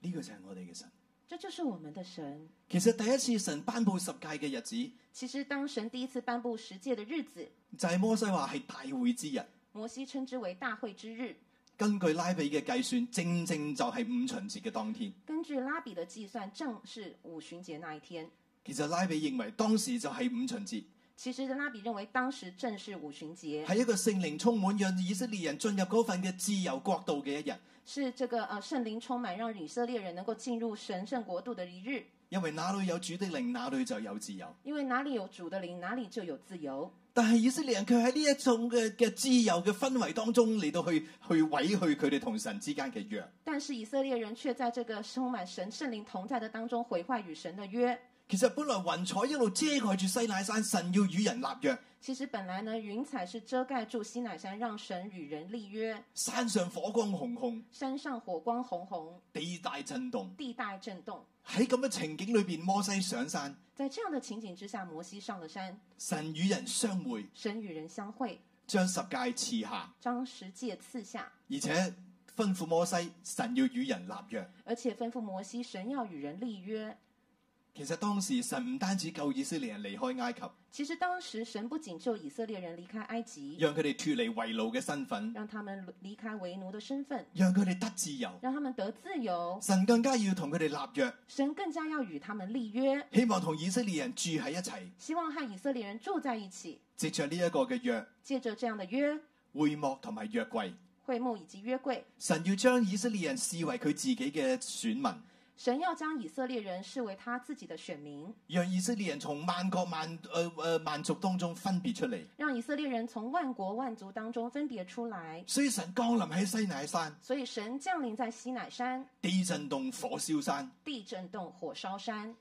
Speaker 1: 呢、個就係我哋嘅神。
Speaker 2: 这就是我們的神。
Speaker 1: 其實第一次神頒布十戒嘅日子，
Speaker 2: 其實，當神第一次頒布十戒的日子，
Speaker 1: 就係、摩西話係大會之日。
Speaker 2: 摩西稱之為大會之日。
Speaker 1: 根據拉比嘅計算，正正就係五旬節嘅當天。
Speaker 2: 根據拉比的計算，正是五旬節那一天。
Speaker 1: 其實拉比認為當時就係五旬節，
Speaker 2: 其實，拉比認為當時正是五旬節，
Speaker 1: 係一個聖靈充滿，讓以色列人進入嗰份嘅自由國度嘅一日。
Speaker 2: 是這個呃聖靈充滿，讓以色列人能夠進入神聖國度的一日。
Speaker 1: 因為哪裏有主的靈，哪裏就有自由。
Speaker 2: 因為哪裡有主的靈，哪裡就有自由。
Speaker 1: 但係以色列人佢喺呢一種嘅嘅自由嘅氛圍當中嚟到去去毀去佢哋同神之間嘅約。
Speaker 2: 但是以色列人卻在這個充滿神聖靈同在的當中毀壞與神的約。
Speaker 1: 其實本來雲彩一路遮蓋住西乃山，神要與人立約。
Speaker 2: 其實本來呢，雲彩是遮蓋住西乃山，讓神與人立約。
Speaker 1: 山上火光紅紅，
Speaker 2: 山上火光紅紅，
Speaker 1: 地大震動。
Speaker 2: 地帶震動。
Speaker 1: 喺咁嘅情景裏邊，摩西上山，
Speaker 2: 在這樣的情景之下，摩西上了山，
Speaker 1: 神與人相會，
Speaker 2: 神與人相會，
Speaker 1: 將十戒賜下，
Speaker 2: 將十戒賜下，
Speaker 1: 而且吩咐摩西，神要與人立約。
Speaker 2: 而且吩咐摩西，神要與人立約。
Speaker 1: 其實當時神唔單止救以色列人離開埃及，
Speaker 2: 其實當時神不僅救以色列人離開埃及，
Speaker 1: 讓佢哋脱離為奴嘅身份，
Speaker 2: 讓他們離開為奴的身份，
Speaker 1: 讓佢哋得自由。
Speaker 2: 讓他們得自由，
Speaker 1: 神更加要同佢哋立約，
Speaker 2: 神更加要與他們立約，
Speaker 1: 希望同以色列人住喺一齊。
Speaker 2: 希望和以色列人住在一起。
Speaker 1: 藉着呢一個嘅約，
Speaker 2: 借着這樣的約
Speaker 1: 會幕同埋約櫃，
Speaker 2: 會幕以及約櫃，
Speaker 1: 神要將以色列人視為佢自己嘅選民。
Speaker 2: 神要将以色列人视为他自己的选民，
Speaker 1: 讓以色列人從萬國萬誒誒萬呃族當中分別出嚟。
Speaker 2: 让以色列人从万国万族当中分别出来。
Speaker 1: 所以神降臨喺西乃山，
Speaker 2: 所以神降临在西乃山，
Speaker 1: 地震動，火燒山。
Speaker 2: 地震动，火烧山，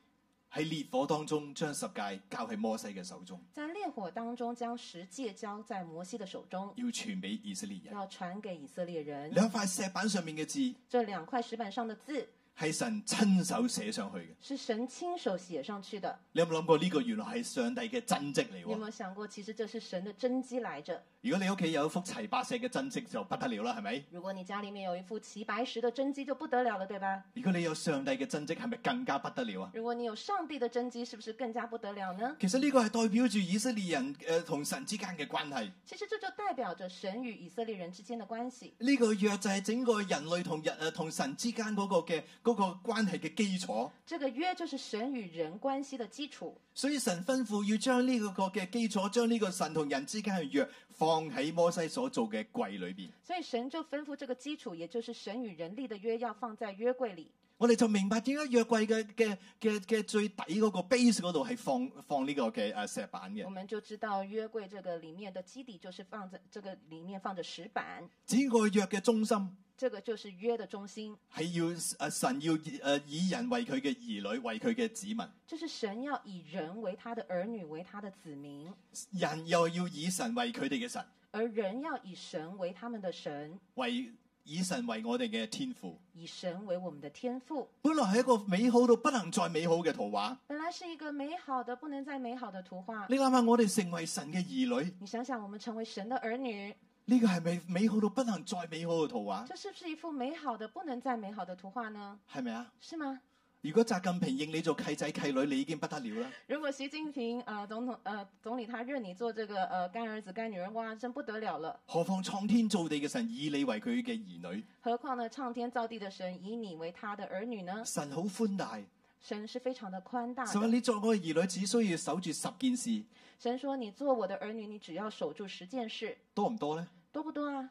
Speaker 1: 喺烈火當中將十戒交喺摩西嘅手中，
Speaker 2: 在烈火当中将十诫交在摩西的手中，
Speaker 1: 要傳俾以色列人。
Speaker 2: 要传给以色列人。
Speaker 1: 兩塊石板上面嘅字
Speaker 2: 这两块石板上的字
Speaker 1: 係神親手寫上去嘅。
Speaker 2: 是神亲手写上去的。
Speaker 1: 你有冇諗過呢個原來係上帝嘅真跡嚟
Speaker 2: 你有
Speaker 1: 喎？
Speaker 2: 没有想过，其实这是神的真机来着？
Speaker 1: 如果你屋企有一幅齊白石嘅真跡就不得了啦，係咪？
Speaker 2: 如果你家里面有一副齐白石的真机，就不得了了，对吧？
Speaker 1: 如果你有上帝嘅真跡，係咪更加不得了啊？
Speaker 2: 如果你有上帝的真机，是不是更加不得了呢？
Speaker 1: 其實呢個係代表住以色列人诶同、神之間嘅關係。
Speaker 2: 其实这就代表着神与以色列人之間的关系。
Speaker 1: 呢、個約就係整個人類同人诶呃同神之間嗰個嘅嗰、個關係嘅基礎。
Speaker 2: 这个约就是神与人关系的基础，
Speaker 1: 所以神吩咐要將呢個個嘅基礎，將呢個神同人之間嘅約放喺摩西所做嘅櫃裏边。
Speaker 2: 所以神就吩咐这个基础，也就是神与人立的约要放在约柜里。
Speaker 1: 我哋就明白點解約櫃嘅嘅嘅嘅最底嗰個 base 嗰度係放放呢個嘅诶石板嘅
Speaker 2: 我。们就知道约柜这个里面的基底就是放着这个里面放着石板，
Speaker 1: 整個約嘅中心
Speaker 2: 这个就是约的中心，
Speaker 1: 係要诶神要诶以人為佢嘅兒女，為佢嘅子民。
Speaker 2: 就是神要以人为他的儿女，为他的子民，
Speaker 1: 人又要以神為佢哋嘅神，
Speaker 2: 而人要以神为他们的神，
Speaker 1: 為以神為我哋嘅天父。
Speaker 2: 以神为我们的天赋。
Speaker 1: 本來係一個美好到不能再美好嘅圖畫。
Speaker 2: 本来是一个美好的不能再美好的图画，
Speaker 1: 你諗下，我哋成為神嘅兒女，
Speaker 2: 你想想，我们成为神的儿女，
Speaker 1: 呢、個係咪美好到不能再美好嘅圖畫？
Speaker 2: 这是不是一幅美好的不能再美好的图画呢？
Speaker 1: 係咪啊？
Speaker 2: 是吗？
Speaker 1: 如果習近平認你做契仔契女，你已經不得了啦。
Speaker 2: 如果习近平呃总统呃总理他认你做这个呃干儿子干女儿，哇，真不得了了。
Speaker 1: 何況創天造地嘅神以你為佢嘅兒女，
Speaker 2: 何况呢，上天造地的神以你为他的儿女呢？
Speaker 1: 神好寬大。
Speaker 2: 神是非常的宽大
Speaker 1: 神話
Speaker 2: 的。
Speaker 1: 你作我嘅兒女，只需要守住十件事，
Speaker 2: 神说：“你做我的儿女，你只要守住十件事，
Speaker 1: 多唔多呢？
Speaker 2: 多不多啊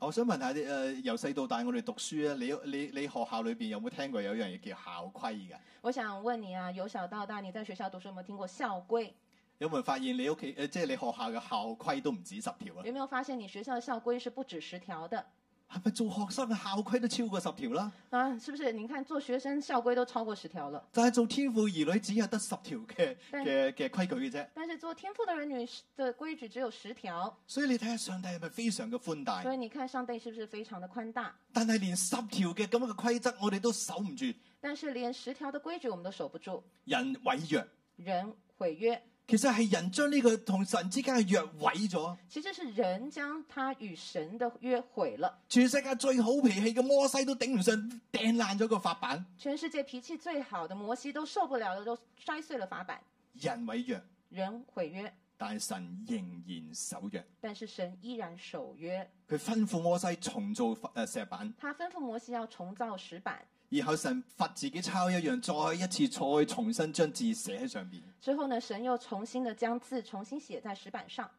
Speaker 1: 我想問下你，誒、由細到大我哋讀書咧，你你你學校裏邊有冇聽過有一樣嘢叫校規㗎？？”
Speaker 2: 我想问你啊，由小到大，你在學校读书有没有听过校规？
Speaker 1: 有冇人發現你屋企誒，即係你學校嘅校規都唔止十條啊？
Speaker 2: 有没有发现你学校的校规是不止十条的
Speaker 1: 係咪做學生嘅校規都超過十條啦？
Speaker 2: 啊？是不是？你看做學生校规都超过十条了，
Speaker 1: 但係做天父兒女只有得十條嘅
Speaker 2: 但
Speaker 1: 嘅嘅規矩嘅啫。
Speaker 2: 但是做天赋的儿女的规矩只有十条，
Speaker 1: 所以你睇下上帝係咪非常嘅寬大？
Speaker 2: 所以你看上帝是不是非常的宽大？
Speaker 1: 但係連十條嘅咁樣嘅規則我哋都守唔住，
Speaker 2: 但是连十条的规矩我们都守不住，
Speaker 1: 人毀約。
Speaker 2: 人毁约，
Speaker 1: 其實係人將呢個同神之間嘅約毀咗。
Speaker 2: 其实是人将他与神的约毁了。
Speaker 1: 全世界最好脾氣嘅摩西都頂唔順，掟爛咗個法板。
Speaker 2: 全世界脾气最好的摩西都受不了了，都摔碎了法板。
Speaker 1: 人毀約，
Speaker 2: 人毁约，
Speaker 1: 但係神仍然守約。
Speaker 2: 但是神依然守约。
Speaker 1: 佢吩咐摩西重做誒石板。
Speaker 2: 他吩咐摩西要重造石板，
Speaker 1: 然後神罰自己抄一樣，再一次再重新將字寫喺上邊，
Speaker 2: 之后呢，神又重新的将字重新写在石板上，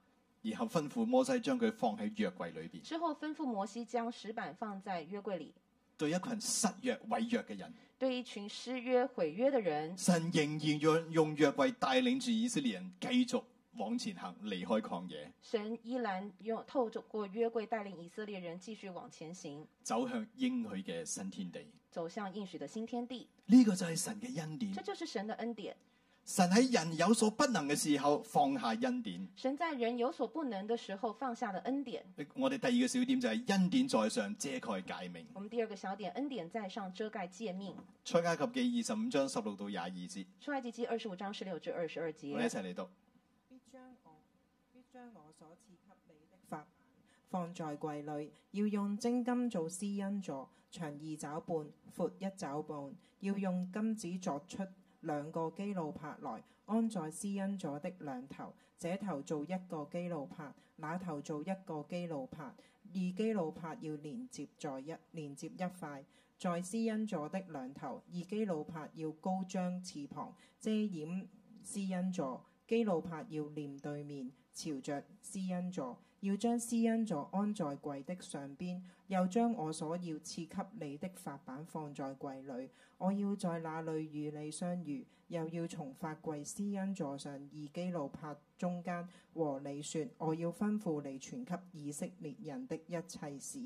Speaker 1: 然後吩咐摩西將佢放喺約櫃裏邊，
Speaker 2: 之后吩咐摩西将石板放在约柜里。
Speaker 1: 對一群失約毀約嘅人，
Speaker 2: 对一群失约毁约的人，
Speaker 1: 神仍然用用約櫃帶領住以色列人繼續往前行，離開曠野，
Speaker 2: 神依然用透过约柜带领以色列人继续往前行，
Speaker 1: 走向應許嘅新天地。
Speaker 2: 走向应许的新天地。
Speaker 1: 呢、個就係神嘅恩
Speaker 2: 这
Speaker 1: 典。
Speaker 2: 就是神的恩典。
Speaker 1: 神喺人有所不能嘅時候放下恩典。
Speaker 2: 神在人有所不能的时候放下的恩典。
Speaker 1: 我哋第二個小點就係恩典在上遮蓋界命。
Speaker 2: 我们第二个小点，恩典在上遮盖诫命。
Speaker 1: 出埃及記二十五章十六到廿二節，
Speaker 2: 出埃及记二十五章十六至二十二节
Speaker 1: 我哋一。齊嚟讀。
Speaker 3: 必將我必將我所賜給你的法版放在櫃裏，要用精金做施恩座，長二爪半，闊一爪半，要用金子作出兩個基路帕來，安在施恩座的兩頭，這頭做一個基路帕，那頭做一個基路帕，二基路帕要連接在一連接一塊。在施恩座的兩頭，二基路帕要高張翅膀遮掩施恩座，基路帕要面對面，朝着施恩座，要將施恩座安在櫃的上邊，又將我所要賜給你的法版放在櫃裏。我要在那裏與你相遇，又要從法櫃施恩座上二基路帕中間和你說，我要吩咐你傳給以色列人的一切事。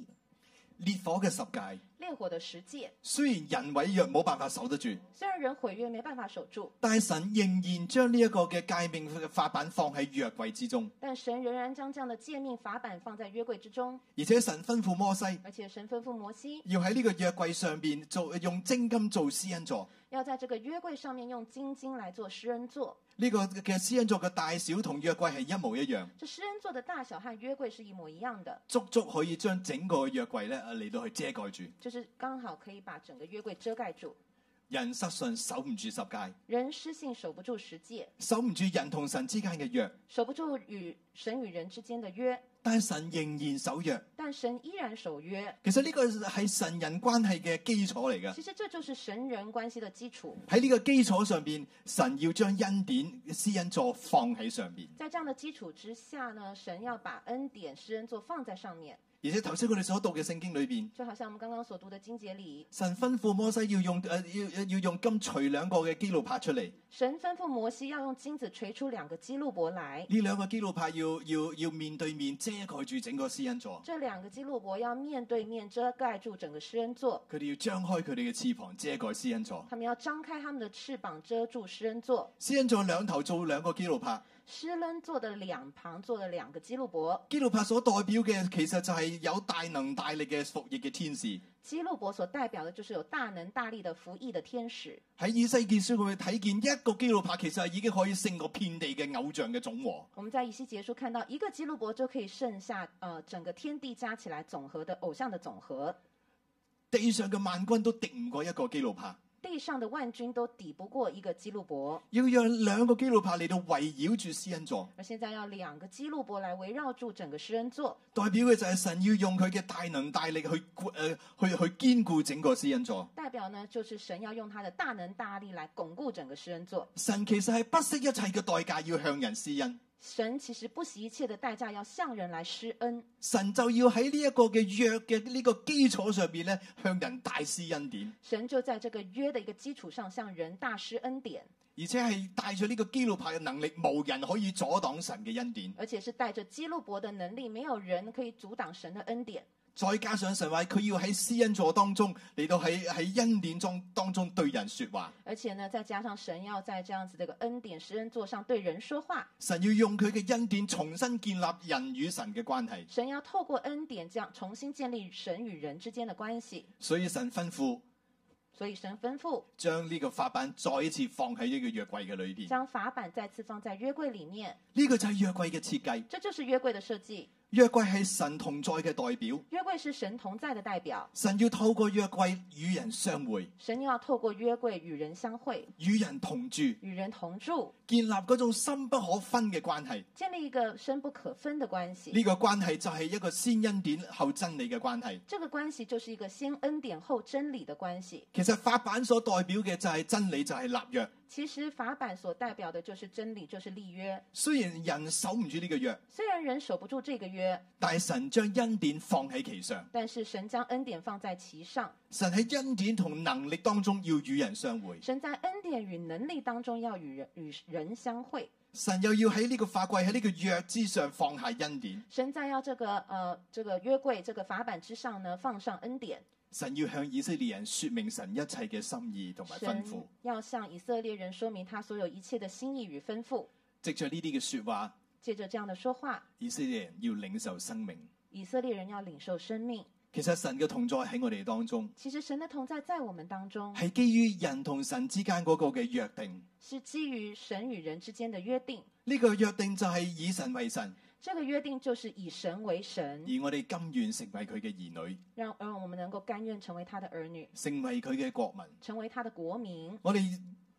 Speaker 1: 烈火嘅十戒，
Speaker 2: 烈火的十戒，
Speaker 1: 雖然人毀約冇辦法守得住，
Speaker 2: 虽然人毁约没办法守住，
Speaker 1: 但係神仍然將呢一個嘅戒命嘅法版放喺約櫃之中，
Speaker 2: 但神仍然将这样的诫命法版放在约柜之中，
Speaker 1: 而且神吩咐摩西
Speaker 2: 而且神吩咐摩西
Speaker 1: 要喺呢個約櫃上邊做用精金做施恩座。
Speaker 2: 要在这个约柜上面用金金来做施恩座。
Speaker 1: 呢、個嘅施恩座嘅大小同約櫃係一模一樣，
Speaker 2: 这施恩座的大小和约柜是一模一样的，
Speaker 1: 足足可以將整個約櫃咧啊嚟到去遮蓋住。
Speaker 2: 就是刚好可以把整个约柜遮盖住。
Speaker 1: 人失信守唔住十戒，
Speaker 2: 人失信守不住十戒，
Speaker 1: 守唔住人同神之間嘅約，
Speaker 2: 守不住与神与人之间的约，
Speaker 1: 但係神仍然守約。
Speaker 2: 但神依然守约。
Speaker 1: 其實呢個係神人關係嘅基礎嚟嘅。
Speaker 2: 其实这就是神人关系的基础。
Speaker 1: 喺呢個基礎上邊，神要將恩典施恩座放喺上邊。
Speaker 2: 在这样的基础之下呢，神要把恩典、施恩座放在上面，
Speaker 1: 而且頭先我哋所讀嘅聖經裏邊，
Speaker 2: 就好像我们刚刚所读的经节里，
Speaker 1: 神吩咐摩西要用誒、呃要要用金除兩個嘅基路拍出嚟，
Speaker 2: 神吩咐摩西要用金子锤出两个基路伯来，
Speaker 1: 呢兩個基路拍要要要面對面遮蓋住整個施恩座，
Speaker 2: 这两个基路伯要面对面遮盖住整个施恩座，
Speaker 1: 佢哋要張開佢哋嘅翅膀遮蓋施恩座。
Speaker 2: 他们要张开他们的翅膀遮住施恩座。
Speaker 1: 施恩座兩頭做兩個基路拍，
Speaker 2: 施恩座的两旁坐了两个基路伯，
Speaker 1: 基路拍所代表嘅其實就係有大能大力嘅服役嘅天使。
Speaker 2: 基路伯所代表的就是有大能大力的服役的天使。
Speaker 1: 喺以西結書佢會睇見一個基路拍其實係已經可以勝過遍地嘅偶像嘅總和。
Speaker 2: 我们在以西结束看到，一个基路伯就可以剩下呃整个天地加起来总和的偶像的总和，
Speaker 1: 地上嘅萬軍都敵唔過一個基路帕，
Speaker 2: 地上的万军都抵不过一个基路伯。
Speaker 1: 要讓兩個基路帕嚟到圍繞住施恩座，
Speaker 2: 而现在要两个基路伯来围绕住整个施恩座，
Speaker 1: 代表嘅就係神要用佢嘅大能大力去誒、呃去去堅固整個施恩座。
Speaker 2: 代表呢就是神要用他的大能大力来巩固整个施恩座。
Speaker 1: 神其實係不惜一切嘅代價要向人施恩，
Speaker 2: 神其实不惜一切的代价要向人来施恩，
Speaker 1: 神就要喺呢一個嘅約嘅呢個基礎上邊咧，向人大施恩典，
Speaker 2: 神就在这个约的一个基础上向人大施恩典，
Speaker 1: 而且係帶住呢個基路帕嘅能力，無人可以阻擋神嘅恩典。
Speaker 2: 而且是带着基路伯的能力，没有人可以阻挡神的恩典。
Speaker 1: 再加上神話佢要喺施恩座當中嚟到喺喺恩典中當中對人説話。
Speaker 2: 而且呢，再加上神要在这样子的一个恩典施恩座上对人说话，
Speaker 1: 神要用佢嘅恩典重新建立人與神嘅關係，
Speaker 2: 神要透过恩典这样重新建立神与人之间的关系。
Speaker 1: 所以神吩咐
Speaker 2: 所以神吩咐
Speaker 1: 將呢個法版再一次放喺呢個約櫃嘅裏邊。
Speaker 2: 将法版再次放在约柜里面，
Speaker 1: 呢、個就係約櫃嘅設計。
Speaker 2: 这就是约柜的设计。
Speaker 1: 約櫃係神同在嘅代表，
Speaker 2: 约柜是神同在的代表，
Speaker 1: 神要透過約櫃與人相會，
Speaker 2: 神要透过约柜与人相会，
Speaker 1: 與人同住，
Speaker 2: 与人同住，
Speaker 1: 建立嗰種深不可分嘅關係。
Speaker 2: 建立一个深不可分的关系。
Speaker 1: 呢、個關係就係一個先恩典後真理嘅關係。
Speaker 2: 这个关系就是一个先恩典后真理的关系。
Speaker 1: 其實法版所代表嘅就係真理，就係立約。
Speaker 2: 其实法版所代表的就是真理，就是立约。
Speaker 1: 雖然人守唔住呢個約，
Speaker 2: 虽然人守不住这个约，
Speaker 1: 但係神將恩典放喺其上。
Speaker 2: 但是神将恩典放在其上，
Speaker 1: 神喺恩典同能力當中要與人相會，
Speaker 2: 神在恩典与能力当中要与人与人相会，
Speaker 1: 神又要喺呢個法櫃喺呢個約之上放下恩典，
Speaker 2: 神在要这个呃这个约柜这个法版之上呢放上恩典。
Speaker 1: 神要向以色列人說明神一切嘅心意同埋吩咐
Speaker 2: 神，要向以色列人说明他所有一切的心意与吩咐。
Speaker 1: 藉着呢啲嘅說話，
Speaker 2: 借着这样的说话，
Speaker 1: 以色列人要領受生命。
Speaker 2: 以色列人要领受生命。
Speaker 1: 其實神嘅同在喺我哋當中，
Speaker 2: 其实神的同在在我们当中，
Speaker 1: 係基於人同神之間嗰個嘅約定。
Speaker 2: 是基于神与人之间的约定。
Speaker 1: 呢、個約定就係以神為神，
Speaker 2: 这个约定就是以神为
Speaker 1: 而
Speaker 2: 神，
Speaker 1: 我哋甘願成為佢嘅兒女，
Speaker 2: 让让我们能够甘愿成为他的儿女，
Speaker 1: 成為佢嘅國民。
Speaker 2: 成为他的国民。
Speaker 1: 我哋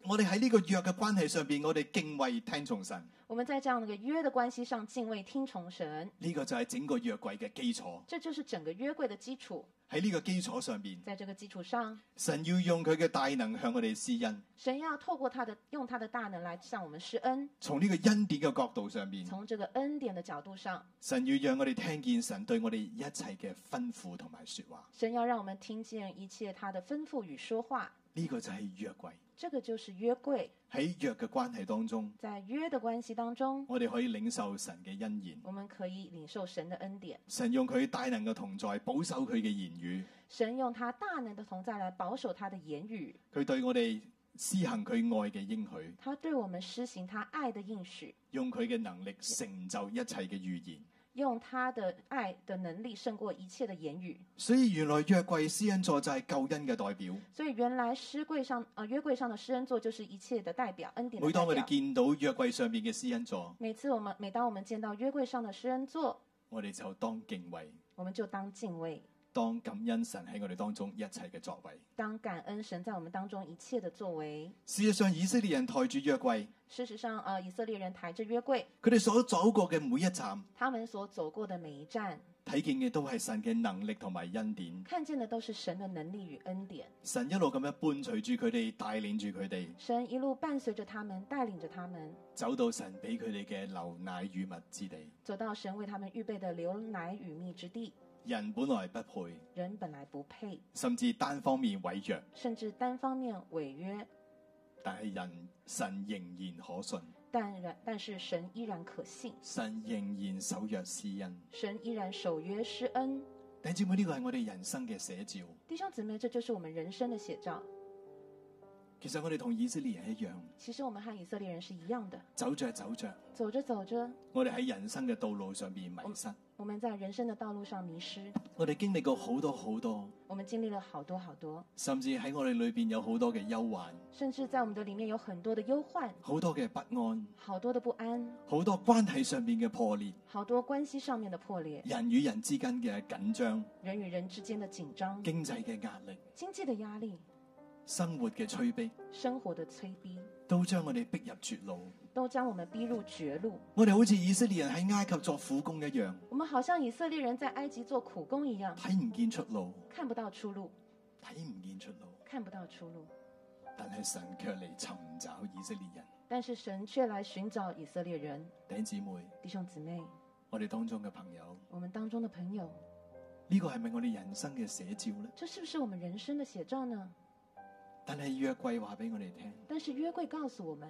Speaker 1: 我哋喺呢個約嘅關係上邊，我哋敬畏聽從神，
Speaker 2: 我们在这样的一个约的关系上敬畏听从神，
Speaker 1: 呢、個就係整個約櫃嘅基礎。
Speaker 2: 这就是整个约柜的基础。
Speaker 1: 喺呢個基礎上邊，
Speaker 2: 在这个基础上，
Speaker 1: 神要用佢嘅大能向我哋施恩。
Speaker 2: 神要透过他的用他的大能来向我们施恩。
Speaker 1: 從呢個恩典嘅角度上邊，
Speaker 2: 从这个恩典的角度上，
Speaker 1: 神要讓我哋聽見神對我哋一切嘅吩咐同埋説話。
Speaker 2: 神要让我们听见一切他的吩咐与说话。
Speaker 1: 呢、個就係約櫃。
Speaker 2: 这个就是约柜，
Speaker 1: 喺約嘅關係當中，
Speaker 2: 在约的关系当中，
Speaker 1: 我哋可以領受神嘅恩言。
Speaker 2: 我们可以领受神的恩典。
Speaker 1: 神用佢大能嘅同在保守佢嘅言語。
Speaker 2: 神用他大能的同在来保守他的言语，
Speaker 1: 佢對我哋施行佢愛嘅應許，
Speaker 2: 他对我们施行他爱的应许，
Speaker 1: 用佢嘅能力成就一切嘅預言。
Speaker 2: 用他的爱的能力胜过一切的言语。
Speaker 1: 所以原來約櫃施恩座就係救恩嘅代表。
Speaker 2: 所以原来诗柜上，呃，约柜上的施恩座就是一切的代表，恩典的
Speaker 1: 每當我
Speaker 2: 代
Speaker 1: 哋
Speaker 2: 表。
Speaker 1: 見到約櫃上面嘅施恩座，
Speaker 2: 每次我们，每当我们见到约柜上的施恩座，
Speaker 1: 我哋就當敬畏，
Speaker 2: 我们就当敬畏，
Speaker 1: 當感恩神喺我哋當中一切嘅作為。
Speaker 2: 当感恩神在我们当中一切的作为。
Speaker 1: 事實上，以色列人抬住約櫃，
Speaker 2: 事实上，呃，以色列人抬着约柜，
Speaker 1: 佢哋所走過嘅每一站，
Speaker 2: 他们所走过的每一站，
Speaker 1: 睇見嘅都係神嘅能力同埋恩典。
Speaker 2: 看见的都是神的能力与恩典。
Speaker 1: 神一路咁樣伴隨住佢哋，帶領住佢哋，
Speaker 2: 神一路伴随着他们，带领着他们，
Speaker 1: 走到神俾佢哋嘅流奶與蜜之地。
Speaker 2: 走到神为他们预备的流奶与蜜之地。
Speaker 1: 人本來不配，
Speaker 2: 人本来不配，
Speaker 1: 甚至單方面毀約，
Speaker 2: 甚至单方面违约，
Speaker 1: 但係人神仍然可信，
Speaker 2: 但然但是神依然可信，
Speaker 1: 神仍然守約施恩。
Speaker 2: 神依然守约施恩。
Speaker 1: 弟兄姊妹，呢個係我哋人生嘅寫照。
Speaker 2: 弟兄姊妹，这就是我们人生的写照。
Speaker 1: 其實我哋同以色列人一樣，
Speaker 2: 其实我们和以色列人是一样的，
Speaker 1: 走着走着，
Speaker 2: 走着走着，
Speaker 1: 我哋喺人生嘅道路上面迷失，
Speaker 2: 我们在人生的道路上迷失，
Speaker 1: 我哋經歷過好多好多，
Speaker 2: 我们经历了好多好多，
Speaker 1: 甚至喺我哋裏边有好多嘅憂患，
Speaker 2: 甚至在我们的里面有很多的忧患，
Speaker 1: 好多嘅不安，
Speaker 2: 好多的不安，
Speaker 1: 好多關係上面嘅破裂，
Speaker 2: 好多关系上面的破裂，
Speaker 1: 人與人之間嘅緊張，
Speaker 2: 人与人之间的紧张，
Speaker 1: 經濟嘅壓力，
Speaker 2: 经济的压力，
Speaker 1: 生活嘅催逼，
Speaker 2: 生活的催逼，
Speaker 1: 都將我哋逼入絕路。
Speaker 2: 都将我们逼入绝路。
Speaker 1: 我哋好似以色列人喺埃及作苦工一樣，
Speaker 2: 我们好像以色列人在埃及做苦工一样，
Speaker 1: 睇唔見出路，
Speaker 2: 看不到出路，
Speaker 1: 睇唔見出路，
Speaker 2: 看不到出路。
Speaker 1: 但係神卻嚟尋找以色列人。
Speaker 2: 但是神却来寻找以色列人，
Speaker 1: 弟兄姊妹，
Speaker 2: 弟兄姊妹，
Speaker 1: 我哋當中嘅朋友，
Speaker 2: 我们当中的朋友，
Speaker 1: 呢、個係咪我哋人生嘅寫照呢？
Speaker 2: 这是不是我们人生的写照呢？
Speaker 1: 但係約櫃話俾我哋聽，
Speaker 2: 但是约柜告诉我们，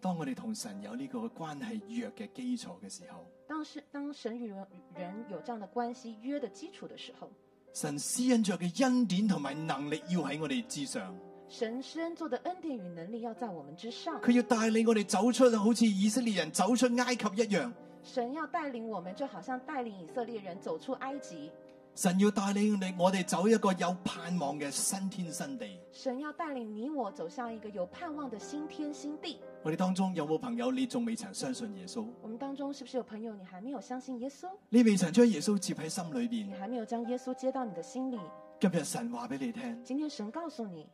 Speaker 1: 當我哋同神有呢個關係約嘅基礎嘅時候，
Speaker 2: 当是当神与人与人有这样的关系约的基础的时候，
Speaker 1: 神施恩着嘅恩典同埋能力要喺我哋之上，
Speaker 2: 神施恩做的恩典与能力要在我们之上，
Speaker 1: 佢要帶領我哋走出，好似以色列人走出埃及一樣。
Speaker 2: 神要带领我们，就好像带领以色列人走出埃及，
Speaker 1: 神要帶領你，我哋走一個有盼望嘅新天新地。
Speaker 2: 神要带领你我走向一个有盼望的新天新地。
Speaker 1: 我哋當中有冇朋友你仲未曾相信耶穌？
Speaker 2: 我们当中是不是有朋友你还没有相信耶稣？
Speaker 1: 你未曾將耶穌接喺心裏
Speaker 2: 你
Speaker 1: 邊？
Speaker 2: 还没有将耶稣接到你的心里？
Speaker 1: 今日神話俾你聽，
Speaker 2: 今天神告诉你，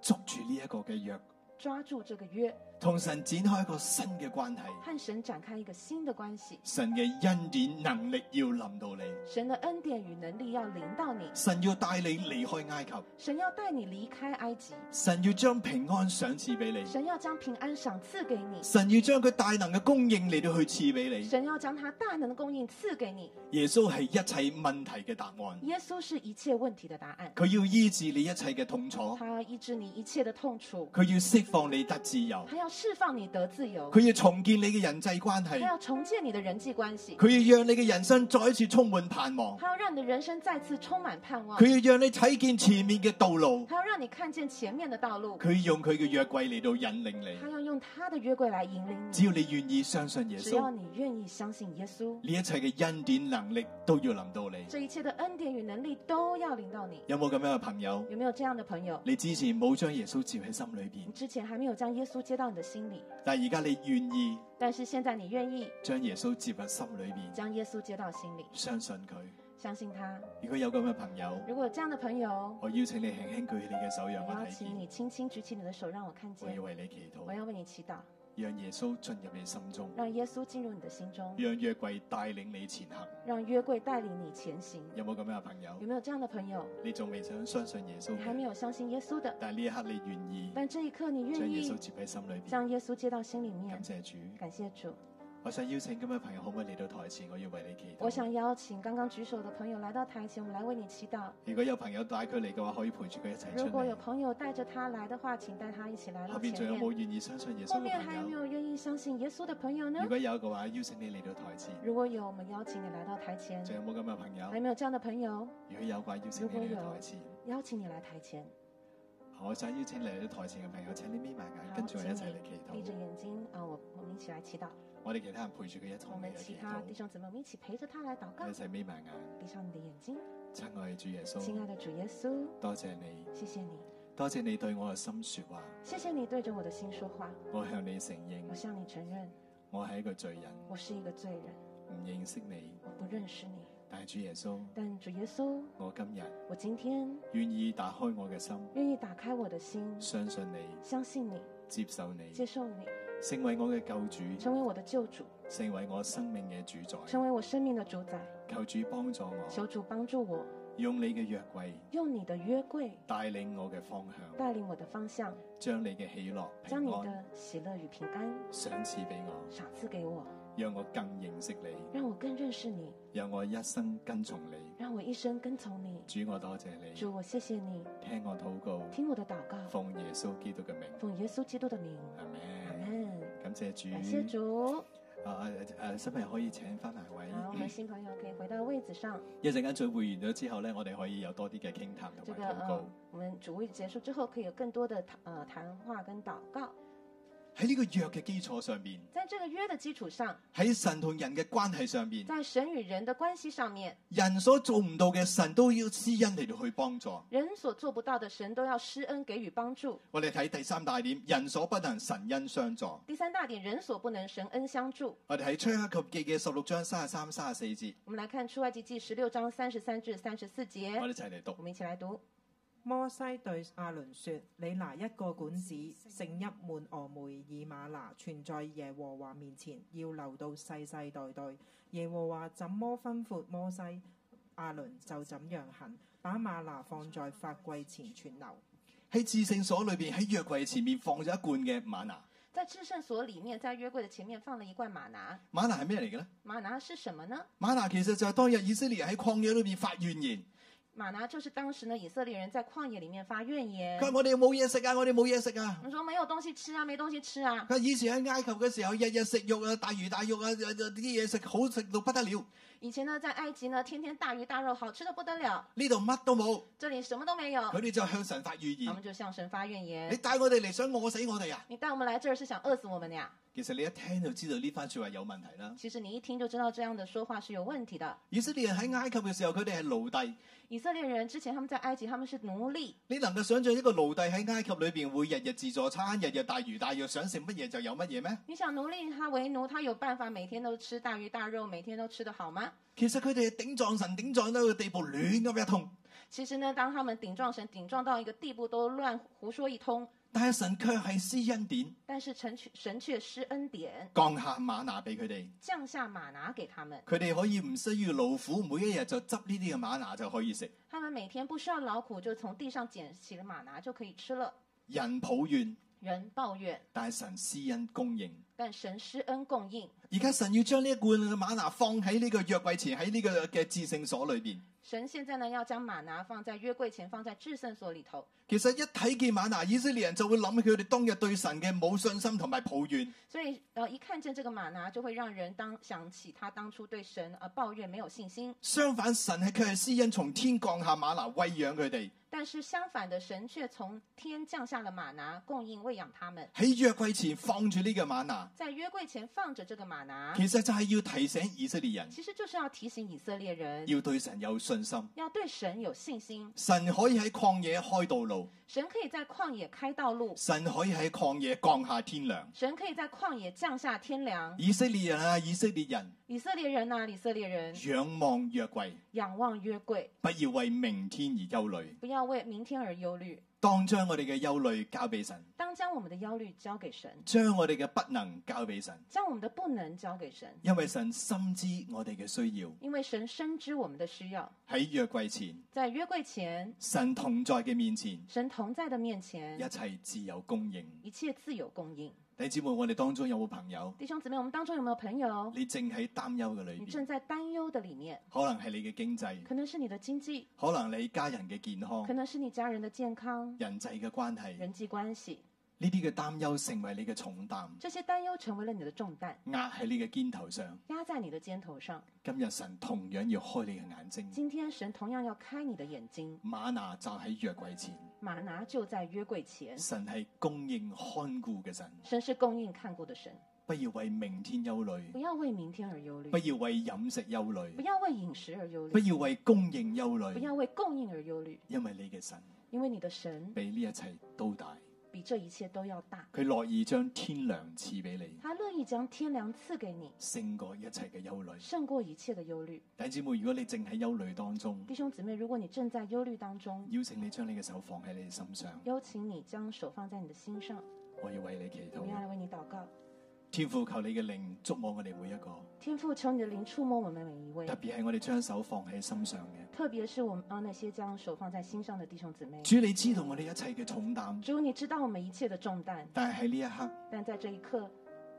Speaker 1: 捉住呢一個嘅約，
Speaker 2: 抓住这个约，
Speaker 1: 同神展開一個新嘅關係。
Speaker 2: 和神展开一个新的关系。
Speaker 1: 神嘅恩典能力要臨到你，
Speaker 2: 神的恩典与能力要临到你，
Speaker 1: 神要帶你離開埃及，
Speaker 2: 神要带你离开埃及，
Speaker 1: 神要將平安賞賜俾你，
Speaker 2: 神要将平安赏赐给你，
Speaker 1: 神要將佢大能嘅供應嚟到去賜俾你。
Speaker 2: 神要将他大能的供应赐给你。
Speaker 1: 耶穌係一切問題嘅答案，
Speaker 2: 耶稣是一切问题的答案，
Speaker 1: 佢要醫治你一切嘅痛楚。
Speaker 2: 他要医治你一切的痛楚，
Speaker 1: 佢要釋放你得自由，
Speaker 2: 他要释放你得自由，
Speaker 1: 佢要重建你嘅人際關
Speaker 2: 他
Speaker 1: 係，
Speaker 2: 要重建你的人际关系，
Speaker 1: 佢要讓你嘅人生再一次充滿盼望，
Speaker 2: 他要让你的人生再次充满盼望
Speaker 1: 佢，要讓你睇見前面嘅道路，
Speaker 2: 他要让你看见前面的道路，
Speaker 1: 佢用佢嘅約櫃嚟到引領
Speaker 2: 他
Speaker 1: 你。
Speaker 2: 要用他的约柜来引领
Speaker 1: 只
Speaker 2: 你。
Speaker 1: 要你願意相信耶
Speaker 2: 只要
Speaker 1: 穌，
Speaker 2: 你愿意相信耶稣，
Speaker 1: 呢一切嘅恩典能力都要臨到你。
Speaker 2: 这一切的恩典与能力都要临到你。
Speaker 1: 有冇咁樣嘅朋友？
Speaker 2: 有没有这样的朋友？
Speaker 1: 你之前冇將耶穌接喺心裏邊
Speaker 2: 你，之前还没有将耶稣接到你的心里，
Speaker 1: 但係而家你願意
Speaker 2: 但是现在你愿意
Speaker 1: 將耶穌接喺心裏邊，
Speaker 2: 将耶稣接到心里，
Speaker 1: 相信佢，
Speaker 2: 相信他。
Speaker 1: 如果有咁嘅朋友，
Speaker 2: 如果有这样的朋友，
Speaker 1: 我邀請你輕輕舉起你嘅手，讓
Speaker 2: 我
Speaker 1: 我
Speaker 2: 邀
Speaker 1: 睇
Speaker 2: 请
Speaker 1: 見。
Speaker 2: 你啊轻轻举起你的手，让我看
Speaker 1: 我
Speaker 2: 见
Speaker 1: 要。為你祈
Speaker 2: 我
Speaker 1: 禱，
Speaker 2: 要为你祈禱，
Speaker 1: 讓耶穌進入你心中，
Speaker 2: 让耶穌进入你的心中，
Speaker 1: 讓約櫃帶領你前行。
Speaker 2: 让约柜带领你前行。
Speaker 1: 有冇咁樣嘅朋友
Speaker 2: 有？没有这样的朋友？
Speaker 1: 你仲未想相信耶穌
Speaker 2: 你还没
Speaker 1: 嘅，
Speaker 2: 有相信耶穌的，
Speaker 1: 但呢一刻你願意
Speaker 2: 但這一刻你
Speaker 1: 將
Speaker 2: 願
Speaker 1: 耶穌
Speaker 2: 意
Speaker 1: 接喺心裏邊。
Speaker 2: 將耶穌接到心里面
Speaker 1: 感。謝主，
Speaker 2: 感謝主，
Speaker 1: 我想邀請咁嘅朋友可唔可以嚟到台前？我要為你祈禱。
Speaker 2: 我想邀請剛剛舉手的朋友來到台前，我們來為你祈禱。
Speaker 1: 如果有朋友帶佢嚟嘅話，可以陪住佢一齊
Speaker 2: 如
Speaker 1: 出
Speaker 2: 果有
Speaker 1: 嚟。
Speaker 2: 朋友帶着他來的話，請帶他一起來
Speaker 1: 後
Speaker 2: 到
Speaker 1: 邊仲
Speaker 2: 前
Speaker 1: 有
Speaker 2: 面。
Speaker 1: 冇願意相信耶
Speaker 2: 後
Speaker 1: 穌
Speaker 2: 面
Speaker 1: 嘅
Speaker 2: 還有
Speaker 1: 朋
Speaker 2: 沒
Speaker 1: 友？
Speaker 2: 有願意相信耶穌的朋友呢
Speaker 1: 如？果有嘅話，邀請你嚟到台前。
Speaker 2: 如果有，我們邀請你來到台前。
Speaker 1: 仲有冇咁嘅朋友
Speaker 2: 還？有沒有這樣的朋友？
Speaker 1: 如果有嘅話，邀請你嚟到台前。
Speaker 2: 邀請你來台前，
Speaker 1: 我想邀請嚟到台前嘅朋友，請你眯埋眼，跟住我一齊嚟祈
Speaker 2: 閉着
Speaker 1: 禱。
Speaker 2: 眼睛啊，我我們一起來祈禱。
Speaker 1: 我哋其他人陪住佢一
Speaker 2: 我
Speaker 1: 同嚟
Speaker 2: 們
Speaker 1: 嘅
Speaker 2: 其
Speaker 1: 祈
Speaker 2: 他弟
Speaker 1: 禱，
Speaker 2: 兄姊妹，我們一起陪着他來禱告。
Speaker 1: 一齊眯埋眼。
Speaker 2: 閉上你的眼睛，
Speaker 1: 親愛嘅主耶
Speaker 2: 親
Speaker 1: 穌，
Speaker 2: 愛的主耶穌，
Speaker 1: 多謝你，
Speaker 2: 謝謝你，
Speaker 1: 多謝你對我嘅心說話。
Speaker 2: 謝謝你對着我的心說話。
Speaker 1: 我向你承
Speaker 2: 我
Speaker 1: 認，
Speaker 2: 向你承認，
Speaker 1: 我係一個罪人，
Speaker 2: 我是一個罪
Speaker 1: 唔
Speaker 2: 人，
Speaker 1: 認識你。
Speaker 2: 我不認識你。
Speaker 1: 但係主耶穌，
Speaker 2: 但主耶穌，
Speaker 1: 我今日
Speaker 2: 我今天
Speaker 1: 願意打開我嘅心，
Speaker 2: 願意打開我的心，
Speaker 1: 相信你，
Speaker 2: 相信你，
Speaker 1: 接受你，
Speaker 2: 接受你，
Speaker 1: 成為我嘅救主，
Speaker 2: 成為我的救主，
Speaker 1: 成為我生命嘅主宰
Speaker 2: 成。為我生命的主宰。
Speaker 1: 求主幫助我，
Speaker 2: 求主幫助我，
Speaker 1: 用你嘅約櫃
Speaker 2: 用你的約櫃
Speaker 1: 帶領我嘅方向。
Speaker 2: 帶領我的方向，
Speaker 1: 將你嘅喜樂
Speaker 2: 將
Speaker 1: 平
Speaker 2: 你
Speaker 1: 安
Speaker 2: 的喜樂與平安
Speaker 1: 賞賜俾我，
Speaker 2: 賞賜給我，
Speaker 1: 讓我更認識你，
Speaker 2: 讓我更認識你，
Speaker 1: 讓我一生跟從你。
Speaker 2: 讓我一生跟從你。
Speaker 1: 主，我多謝你，
Speaker 2: 主，我謝謝你，
Speaker 1: 聽我禱告，
Speaker 2: 聽我的禱告，
Speaker 1: 奉耶穌基督嘅名，
Speaker 2: 奉耶穌基督的名，
Speaker 1: 阿
Speaker 2: 阿
Speaker 1: 門。
Speaker 2: 門。
Speaker 1: 感謝主，
Speaker 2: 感謝主。
Speaker 1: 啊啊啊！新朋友可以請翻埋位。
Speaker 2: 好，我們新朋友可以回到位子上。
Speaker 1: 一陣間聚會完咗之後咧，我哋可以有多啲嘅傾談
Speaker 2: 這
Speaker 1: 同
Speaker 2: 個
Speaker 1: 埋禱告
Speaker 2: 呃。，我們主會結束之後，可以有更多的談呃談話跟禱告。
Speaker 1: 喺呢個約嘅基礎上面，
Speaker 2: 在這個約的基礎上，
Speaker 1: 喺神同人嘅關係上面，
Speaker 2: 在神與人的關係上面，
Speaker 1: 人所做唔到嘅，神都要施恩嚟到去幫助。
Speaker 2: 人所做不到的，神都要施恩給予幫助。
Speaker 1: 我哋睇第三大點，人所不能，神恩相助。
Speaker 2: 第三大點，人所不能，神恩相助。
Speaker 1: 我哋喺出埃及記嘅十六章三十三、三十四節，
Speaker 2: 我們來看出埃及記十六章三十三至三十四
Speaker 1: 我
Speaker 2: 節，
Speaker 1: 哋一齊嚟讀
Speaker 2: 我。們一起來讀。
Speaker 3: 摩西對亞倫說：你拿一個管子，盛一滿俄梅爾馬拿，存在耶和華面前，要留到世世代代。耶和華怎麼吩咐摩西，亞倫就怎樣行，把馬拿放在法櫃前存留。
Speaker 1: 喺至聖所裏邊，喺約櫃前面放咗一罐嘅瑪拿。
Speaker 2: 在至聖所裡面，在約櫃的前面放了一罐瑪拿。
Speaker 1: 瑪拿係咩嚟嘅咧？
Speaker 2: 瑪拿是什麼呢？
Speaker 1: 瑪拿其實就係當日以色列人喺曠野裏邊發怨言，
Speaker 2: 瑪拿就是當時呢以色列人在曠野裡面發怨言
Speaker 1: 佢，話我哋冇嘢食啊，我哋冇嘢食
Speaker 2: 我
Speaker 1: 啊。
Speaker 2: 們說沒有東西吃啊，沒東西吃啊。
Speaker 1: 佢話以前喺埃及嘅時候，日日食肉啊，大魚大肉啊，呃呃啲嘢食好食到不得了。
Speaker 2: 以前呢，在埃及呢，天天大魚大肉，好吃的不得了。
Speaker 1: 呢度乜都冇，
Speaker 2: 這裡什麼都沒有，
Speaker 1: 佢哋就向神發怨
Speaker 2: 他
Speaker 1: 言
Speaker 2: 們。就向神發怨
Speaker 1: 你
Speaker 2: 言。
Speaker 1: 帶我哋嚟想餓死我哋啊！
Speaker 2: 你帶我們來這兒是想餓死我們的呀？
Speaker 1: 其實你一聽就知道呢番説話有問題啦。
Speaker 2: 其實你一聽就知道這樣的說話是有問題的。
Speaker 1: 以色列人喺埃及嘅時候，佢哋係奴隸。
Speaker 2: 以色列人之前他們在埃及，他們是奴隸，
Speaker 1: 你能夠想象一個奴隸喺埃及裏邊會日日自助餐，日日大魚大肉，想食乜嘢就有乜嘢咩？
Speaker 2: 你想奴隸他為奴，他有辦法每天都吃大魚大肉，每天都吃得好嗎？
Speaker 1: 其實佢哋係頂撞神頂撞到個地步亂咁一通，
Speaker 2: 其實呢，當他們頂撞神頂撞到一個地步，都亂胡說一通，
Speaker 1: 但係神卻係施恩典，
Speaker 2: 但是神卻神卻施恩典，
Speaker 1: 降下馬拿俾佢哋，
Speaker 2: 降下馬拿給他們，
Speaker 1: 佢哋可以唔需要勞苦，每一日就執呢啲嘅馬拿就可以食。
Speaker 2: 他們每天不需要勞苦，就從地上撿起了馬拿就可以吃了。
Speaker 1: 人抱怨，
Speaker 2: 人抱怨，
Speaker 1: 但係神施恩供應。
Speaker 2: 但神施恩供應。
Speaker 1: 而家神要將呢一罐嘅馬拿放喺呢個約櫃前，喺呢個嘅至聖所裏邊。
Speaker 2: 神現在呢要將馬拿放在約櫃前，放在至聖所裡頭。
Speaker 1: 其實一睇見馬拿，以色列人就會諗起佢哋當日對神嘅冇信心同埋抱怨。
Speaker 2: 所以呃，一看見這個馬拿，就會讓人當想起他當初對神呃抱怨沒有信心。
Speaker 1: 相反，神係佢系施恩從天降下馬拿喂養佢哋，
Speaker 2: 但是相反的，神卻從天降下了馬拿，供應餵養他們。
Speaker 1: 喺約櫃前放住呢個馬拿，拿，
Speaker 2: 在约柜前放着这个马拿，
Speaker 1: 其實就係要提醒以色列人
Speaker 2: 其实就是要提醒以色列人
Speaker 1: 要對神有信心。
Speaker 2: 要对神有信心，
Speaker 1: 神可以喺曠野開道路，
Speaker 2: 神可以在旷野开道路，
Speaker 1: 神可以喺曠野降下天糧。
Speaker 2: 神可以在旷野降下天粮。
Speaker 1: 以色列人啊，以色列人，
Speaker 2: 以色列人呐、啊以色列人
Speaker 1: 仰望約櫃，
Speaker 2: 仰望约柜，
Speaker 1: 不要為明天而憂慮。
Speaker 2: 不要为明天而忧虑，
Speaker 1: 當將我哋嘅憂慮交俾神，
Speaker 2: 当将我们的忧虑交给神，
Speaker 1: 將我哋嘅不能交俾神，
Speaker 2: 将我们的不能交给神，
Speaker 1: 因為神深知我哋嘅需要。
Speaker 2: 因为神深知我们的需要。
Speaker 1: 喺約櫃前，
Speaker 2: 在约柜前，
Speaker 1: 神同在嘅面前，
Speaker 2: 神同在的面前
Speaker 1: 一，切自有供應。
Speaker 2: 一切自有供应。
Speaker 1: 弟兄姊妹，我哋當中有冇朋友？
Speaker 2: 弟兄姊妹，我们当中有没有朋友，
Speaker 1: 你正喺擔憂嘅裏
Speaker 2: 你
Speaker 1: 邊，
Speaker 2: 正在担忧的里面，
Speaker 1: 可能係你嘅經濟，
Speaker 2: 可能是你的经济，
Speaker 1: 可能你家人嘅健康
Speaker 2: 可，能是你家人的健康、
Speaker 1: 人際嘅關係，
Speaker 2: 人际关系，
Speaker 1: 呢啲嘅擔憂成為你嘅重擔，
Speaker 2: 这些担忧成为了你的重担，
Speaker 1: 壓喺你嘅肩頭上。
Speaker 2: 压在你的肩头上。
Speaker 1: 今日神同樣要開你嘅眼睛。
Speaker 2: 今天神同样要开你的眼睛，
Speaker 1: 馬拿就喺約櫃前，
Speaker 2: 马拿就在约柜前。
Speaker 1: 神係供應看顧嘅神，
Speaker 2: 神是供应看顾的神，
Speaker 1: 不要為明天憂
Speaker 2: 不
Speaker 1: 慮，
Speaker 2: 要为明天而忧虑
Speaker 1: 不，要為飲食憂
Speaker 2: 不
Speaker 1: 慮，
Speaker 2: 要为饮食而忧
Speaker 1: 不
Speaker 2: 虑，
Speaker 1: 要為供應憂
Speaker 2: 不
Speaker 1: 慮，
Speaker 2: 要为供应而忧虑，
Speaker 1: 因為你嘅神
Speaker 2: 因为你的神
Speaker 1: 比呢一切都大，
Speaker 2: 比这一切都要大，
Speaker 1: 佢樂意將天糧賜俾你，
Speaker 2: 他乐意将天粮赐给你，
Speaker 1: 勝過一切嘅憂慮。
Speaker 2: 胜过一切的忧虑。
Speaker 1: 弟兄姊妹，如果你正喺憂慮當中，
Speaker 2: 弟兄姊妹，如果你正在忧虑当中，
Speaker 1: 邀請你將你嘅手放喺你嘅心上，
Speaker 2: 邀請你将手放在你的心上，
Speaker 1: 我要為你祈
Speaker 2: 我们要来
Speaker 1: 禱。
Speaker 2: 为你祷告。
Speaker 1: 天父求你嘅靈觸摸我哋每一個，
Speaker 2: 天父，求你的灵触摸我们每一位
Speaker 1: 特，別係我哋將手放喺心上嘅。
Speaker 2: 特别是我们啊那些将手放在心上的弟兄姊妹。
Speaker 1: 主，你知道我哋一切嘅重擔，
Speaker 2: 主，你知道我们一切的重担，
Speaker 1: 但係喺呢一刻。
Speaker 2: 但在这一刻，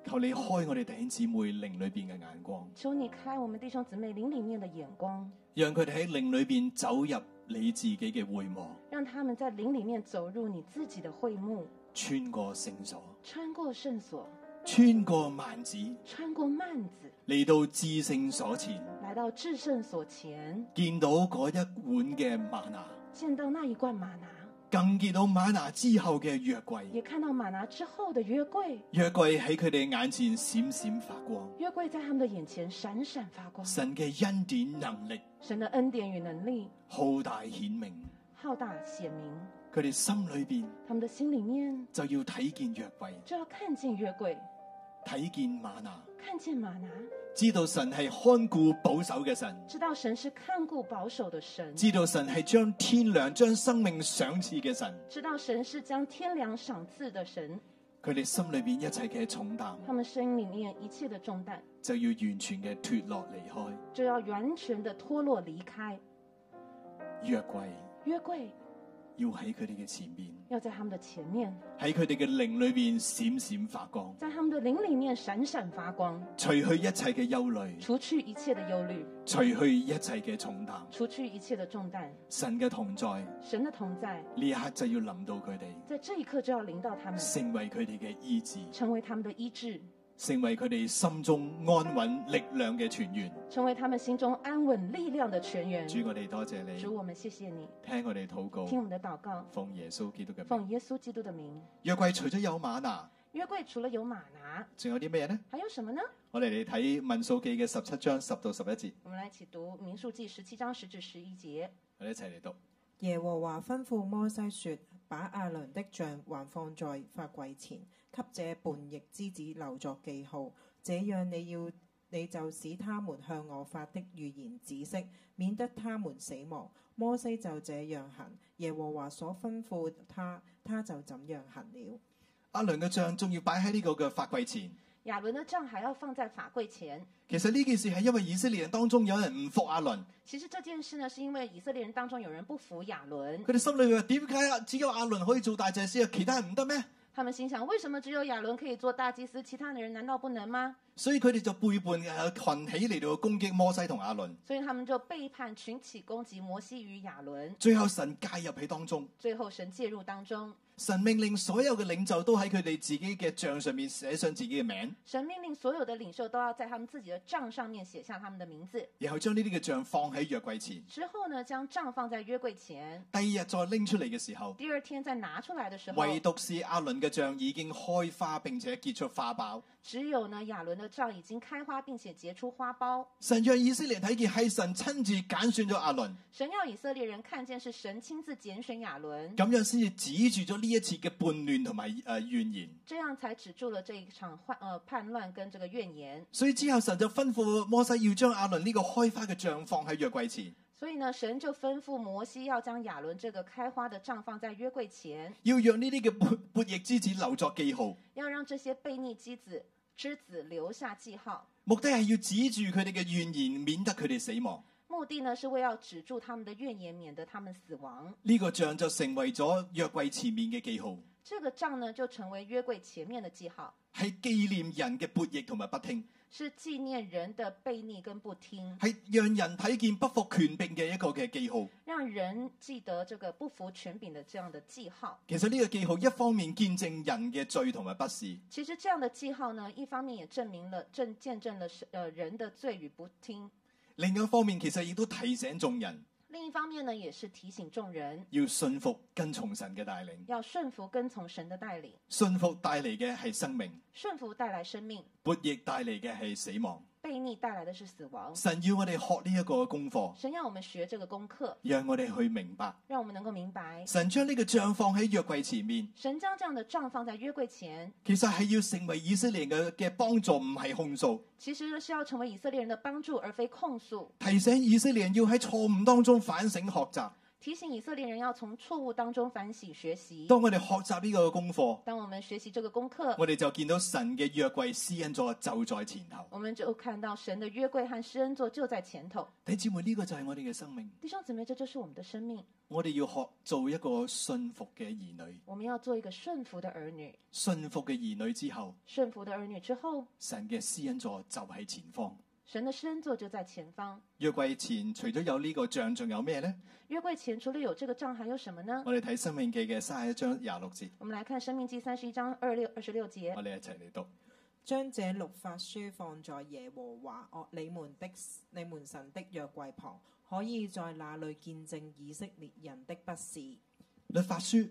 Speaker 1: 求你開我哋弟兄姊妹靈裏邊嘅眼光，
Speaker 2: 求你开我们弟兄姊妹灵里面的眼光，
Speaker 1: 讓佢哋喺靈裏邊走入你自己嘅會幕，
Speaker 2: 让他们在灵里面走入你自己的会幕，
Speaker 1: 穿過聖所，
Speaker 2: 穿过圣所，
Speaker 1: 穿過幔子，
Speaker 2: 穿过幔子，
Speaker 1: 嚟到至聖所前，
Speaker 2: 来到至圣所前，
Speaker 1: 見到嗰一碗嘅瑪拿，
Speaker 2: 见到那一罐玛拿，
Speaker 1: 更見到瑪拿之後嘅約櫃，
Speaker 2: 也看到玛拿之后的约柜，
Speaker 1: 約櫃喺佢哋眼前閃閃發光。
Speaker 2: 约柜在他们的眼前闪闪发光。
Speaker 1: 神嘅恩典能力
Speaker 2: 神的恩典与能力
Speaker 1: 浩大顯明，
Speaker 2: 浩大显明，
Speaker 1: 佢哋心裏邊
Speaker 2: 他们的心里面
Speaker 1: 就要睇見約櫃，
Speaker 2: 就要看见约柜，
Speaker 1: 睇見瑪拿，
Speaker 2: 看见玛拿，
Speaker 1: 知道神係看顧保守嘅神。
Speaker 2: 知道神是看顾保守的神，
Speaker 1: 知道神係將天良、將生命賞賜嘅神，
Speaker 2: 知道神是将天良赏赐的神。
Speaker 1: 佢哋心裏邊一切嘅重擔
Speaker 2: 他们生命里面一切的重担，
Speaker 1: 就要完全嘅脱落離開。
Speaker 2: 就要完全的脱落离开。
Speaker 1: 約櫃
Speaker 2: 约柜
Speaker 1: 要喺佢哋嘅前面，
Speaker 2: 要在他们的前面，
Speaker 1: 喺佢哋嘅靈裏邊閃閃發光，
Speaker 2: 在他们的灵里面闪闪发光，
Speaker 1: 除去一切嘅憂慮，
Speaker 2: 除去一切的忧虑，
Speaker 1: 除去一切嘅重擔。
Speaker 2: 除去一切的重担。
Speaker 1: 神嘅同在
Speaker 2: 神的同在
Speaker 1: 呢一刻就要臨到佢哋，
Speaker 2: 在这一刻就要临到他们，
Speaker 1: 成為佢哋嘅醫治，
Speaker 2: 成为他们的医治，
Speaker 1: 成為佢哋心中安穩力量嘅泉源。
Speaker 2: 成为他们心中安稳力量的泉源。
Speaker 1: 主，我哋多謝你，
Speaker 2: 主，我们谢谢你，
Speaker 1: 聽我哋禱
Speaker 2: 听我
Speaker 1: 告，
Speaker 2: 们的祷告，
Speaker 1: 奉耶穌基督嘅名
Speaker 2: 奉。耶稣基督的名。
Speaker 1: 約櫃除咗有馬拿。
Speaker 2: 约柜除了有玛拿，
Speaker 1: 仲有啲咩呢？
Speaker 2: 还有什么呢？
Speaker 1: 我哋嚟睇《民數記》嘅十七章十到十一節，
Speaker 2: 我们来一起读《民数记》十七章十至十一节。
Speaker 1: 我哋一齊嚟讀。
Speaker 3: 耶和華吩咐摩西說：把亞倫的像還放在法櫃前，給這叛逆之子留作記號。這樣你要你就使他們向我發的預言止息，免得他們死亡。摩西就這樣行，耶和華所吩咐他，他就怎樣行了。
Speaker 1: 阿倫嘅像仲要擺喺呢個嘅法櫃前。
Speaker 2: 亚伦的杖还要放在法柜前。
Speaker 1: 其實呢件事係因為以色列人當中有人唔服阿倫，
Speaker 2: 其实这件事呢，是因为以色列人当中有人不服亚伦，
Speaker 1: 佢哋心裏面話：點解啊只有阿倫可以做大祭司啊，其他人唔得咩？
Speaker 2: 他们心想：为什么只有亚伦可以做大祭司，其他的人难道不能吗？
Speaker 1: 所以佢哋就背叛呃群起嚟到攻擊摩西同亞倫。
Speaker 2: 所以他们就背叛群起攻击摩西与亚伦，
Speaker 1: 最後神介入喺當中，
Speaker 2: 最后神介入当中，
Speaker 1: 神命令所有嘅領袖都喺佢哋自己嘅像上面寫上自己嘅名，
Speaker 2: 神命令所有的领袖都要在他们自己的杖上面写下他们的名字，
Speaker 1: 然後將呢啲嘅像放喺約櫃前。
Speaker 2: 之后呢将杖放在约柜前，
Speaker 1: 第二日再拎出嚟嘅時候，
Speaker 2: 第二天再拿出来的时候，
Speaker 1: 唯獨是亞倫嘅像已經開花並且結出花苞。
Speaker 2: 只有呢亚伦的杖已经开花，并且结出花苞。
Speaker 1: 神讓以色列睇見係神親自揀選咗亞倫，
Speaker 2: 神要以色列人看见是神亲自拣选亚伦，
Speaker 1: 咁樣先至止住咗呢一次嘅叛亂同埋誒怨言。
Speaker 2: 这样才止住了这一场叛呃叛乱跟这个怨言。
Speaker 1: 所以之後神就吩咐摩西要將亞倫呢個開花嘅像放喺約櫃前，
Speaker 2: 所以呢，神就吩咐摩西要将亚伦这个开花的杖放在约柜前，
Speaker 1: 要讓呢啲嘅悖悖逆之子留作記號，
Speaker 2: 要让这些悖逆之子之子留下记号。
Speaker 1: 目的係要止住佢哋嘅怨言，免得佢哋死亡。
Speaker 2: 目的呢是为要止住他们的怨言，免得他们死亡。
Speaker 1: 呢、個像就成為咗約櫃前面嘅記號，
Speaker 2: 这个杖呢就成为约柜前面的记号，
Speaker 1: 係紀念人嘅悖逆同埋不聽，
Speaker 2: 是纪念人的悖逆跟不听，
Speaker 1: 係讓人睇見不服權柄嘅一個嘅記號。
Speaker 2: 让人记得这个不服权柄的这样的记号。
Speaker 1: 其實呢個記號一方面見證人嘅罪同埋不是，
Speaker 2: 其实这样的记号呢，一方面也证明了证见证了是呃人的罪与不听，
Speaker 1: 另一方面其實亦都提醒眾人
Speaker 2: 另一方面呢也是提醒众人
Speaker 1: 要信服跟從神嘅帶領，
Speaker 2: 要顺服跟从神的带领，
Speaker 1: 信服帶嚟嘅係生命。
Speaker 2: 顺服带来生命，
Speaker 1: 悖逆帶嚟嘅係死亡。
Speaker 2: 悖逆帶來的是死亡。
Speaker 1: 神要我哋學呢一個功課，
Speaker 2: 神要我们学这个功课，
Speaker 1: 讓我哋去明白。
Speaker 2: 让我们能够明白，
Speaker 1: 神將呢個像放喺約櫃前面，
Speaker 2: 神将这样的杖放在约柜前，
Speaker 1: 其實係要成為以色列嘅嘅幫助，唔係控訴。
Speaker 2: 其实是要成为以色列人的帮助，而非控诉。
Speaker 1: 提醒以色列人要喺錯誤當中反省學習。
Speaker 2: 提醒以色列人要从错誤当中反省学习。
Speaker 1: 當我哋學習呢個功課，
Speaker 2: 当我们学习这个功课，
Speaker 1: 我哋就見到神嘅約櫃施恩座就在前頭。
Speaker 2: 我们就看到神的约柜和施恩座就在前头。
Speaker 1: 弟兄姊妹，呢、個就係我哋嘅生命。
Speaker 2: 弟兄姊妹，这就是我们的生命。
Speaker 1: 我哋要學做一個信服嘅兒女，
Speaker 2: 我们要做一个顺服的儿女。
Speaker 1: 信服嘅兒女之後，
Speaker 2: 顺服的儿女之后，
Speaker 1: 神嘅施恩座就喺前方。
Speaker 2: 神的施恩座就在前方。
Speaker 1: 約櫃前除咗有呢個像，仲有咩呢？
Speaker 2: 约柜前除了有这个杖，还有什么呢？
Speaker 1: 我哋睇《生命記》嘅三十一章廿六節，
Speaker 2: 我们来看《生命记》三十一章二六二十六节。
Speaker 1: 我哋一齊嚟讀。
Speaker 3: 將這律法書放在耶和華哦你們的你們神的約櫃旁，可以在那裏見證以色列人的不是。
Speaker 1: 律法書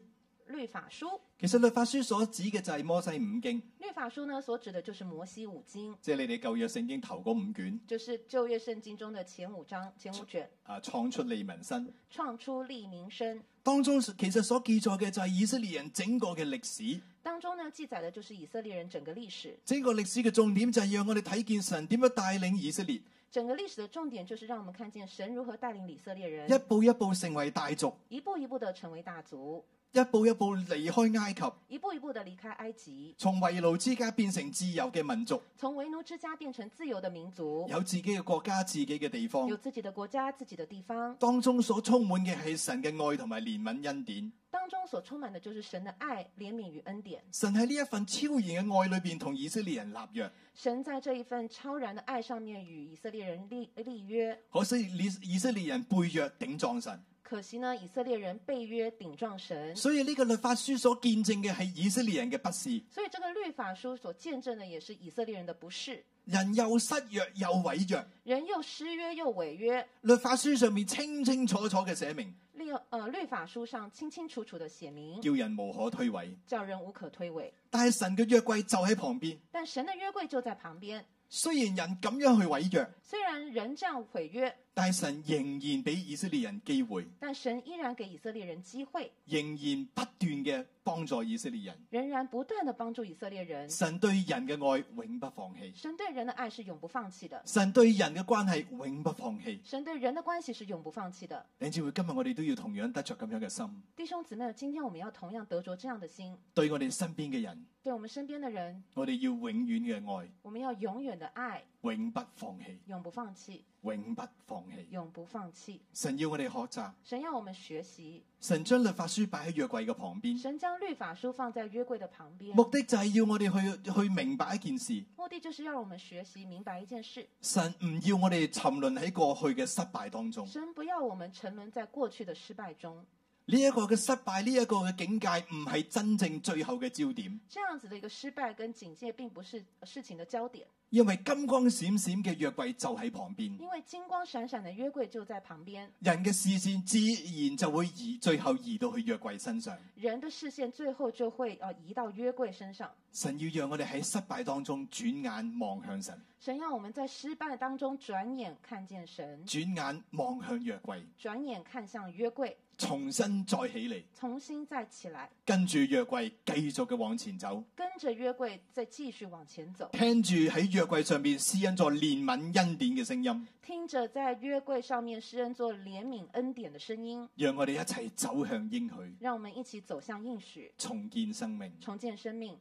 Speaker 2: 律法书，
Speaker 1: 其實律法書所指嘅就係摩西五經，
Speaker 2: 律法书呢所指的就是摩西五经，
Speaker 1: 即係你哋舊約聖經頭嗰五卷
Speaker 2: 就是旧约圣经中的前五章、前五卷，
Speaker 1: 啊，創出利民生
Speaker 2: 创出立民生。
Speaker 1: 當中其實所記載嘅就係以色列人整個嘅歷史，
Speaker 2: 当中呢记載的就是以色列人整个历史，
Speaker 1: 整個歷史嘅重點就係讓我哋睇見神點樣帶領以色列，
Speaker 2: 整个历史的重点就是让我们看见神如何带领以色列人
Speaker 1: 一步一步成為大族，
Speaker 2: 一步一步的成为大族，
Speaker 1: 一步一步離開埃及，
Speaker 2: 一步一步的離開埃及，
Speaker 1: 從為奴之家變成自由嘅民族，
Speaker 2: 從為奴之家變成自由的民族，
Speaker 1: 有自己嘅國家、自己嘅地方
Speaker 2: 哦有。自己的国家、自己的地方，
Speaker 1: 當中所充滿嘅係神嘅愛同埋憐憫恩典。
Speaker 2: 当中所充满的就是神的爱、怜悯与恩典。
Speaker 1: 神喺呢一份超然嘅愛裏边同以色列人立約。
Speaker 2: 神在这一份超然的爱上面与以色列人立呃立约，
Speaker 1: 可惜以以色列人背約頂撞神，
Speaker 2: 可惜呢，以色列人背约顶撞神，
Speaker 1: 所以呢個律法書所見證嘅係以色列人嘅不是。
Speaker 2: 所以这个律法书所见证的也是以色列人的不是。
Speaker 1: 人又失約又毀約，
Speaker 2: 人又失约又违约，
Speaker 1: 律法書上面清清楚楚嘅寫明，
Speaker 2: 律呃律法书上清清楚楚的写明，
Speaker 1: 叫人無可推诿。
Speaker 2: 叫人无可推诿。
Speaker 1: 但係神嘅約櫃就喺旁邊，
Speaker 2: 但神的约柜就在旁边，
Speaker 1: 雖然人咁樣去毀約，
Speaker 2: 虽然人这样毁约，
Speaker 1: 但係神仍然俾以色列人機會，
Speaker 2: 但神依然给以色列人机会，
Speaker 1: 仍然不斷嘅幫助以色列人。
Speaker 2: 仍然不断的帮助以色列人。
Speaker 1: 神對人嘅愛永不放棄，
Speaker 2: 神对人的爱是永不放弃的，
Speaker 1: 神對人嘅關係永不放棄。
Speaker 2: 神对人的关系是永不放弃的。
Speaker 1: 你知會今日我哋都要同樣得着咁樣嘅心，
Speaker 2: 弟兄姊妹，今天我们要同样得着这样的心，
Speaker 1: 對我哋身邊嘅人，
Speaker 2: 对我们身边的人，
Speaker 1: 我哋要永遠嘅愛，
Speaker 2: 我们要永远的爱，
Speaker 1: 永不放棄，
Speaker 2: 永不放弃，
Speaker 1: 永不放棄。
Speaker 2: 永不放弃。
Speaker 1: 神要我哋學習，
Speaker 2: 神要我们学习，
Speaker 1: 神將律法書擺喺約櫃嘅旁邊，
Speaker 2: 神将律法书放在约柜的旁边，
Speaker 1: 目的就係要我哋去去明白一件事。
Speaker 2: 目的就是要让我们学习明白一件事：
Speaker 1: 神唔要我哋沉淪喺過去嘅失敗當中，
Speaker 2: 神不要我们沉沦在过去的失败中。
Speaker 1: 呢、一個嘅失敗，呢、一個嘅境界，唔係真正最後嘅焦點，
Speaker 2: 这样子的一个失败跟警戒，并不是事情的焦点，
Speaker 1: 因為金光閃閃嘅約櫃就喺旁邊，
Speaker 2: 因为金光闪闪的约柜就在旁边，
Speaker 1: 人嘅視線自然就會移，最後移到去約櫃身上。
Speaker 2: 人的视线最后就会呃移到约柜身上。
Speaker 1: 神要讓我哋喺失敗當中轉眼望向神，
Speaker 2: 神让我们在失败当中转眼看见神，
Speaker 1: 轉眼望向約櫃，
Speaker 2: 转眼看向约柜，
Speaker 1: 重新再起嚟，
Speaker 2: 重新再起来，
Speaker 1: 跟住約櫃繼續嘅往前走，
Speaker 2: 跟着约柜再继续往前走，
Speaker 1: 聽住喺約櫃上面施恩咗憐憫恩典嘅聲音，
Speaker 2: 听着在约柜上面施恩做怜悯恩典的声音，
Speaker 1: 讓我哋一齊走向應許，
Speaker 2: 让我们一起走向应许，
Speaker 1: 重建生命。
Speaker 2: 重建生命。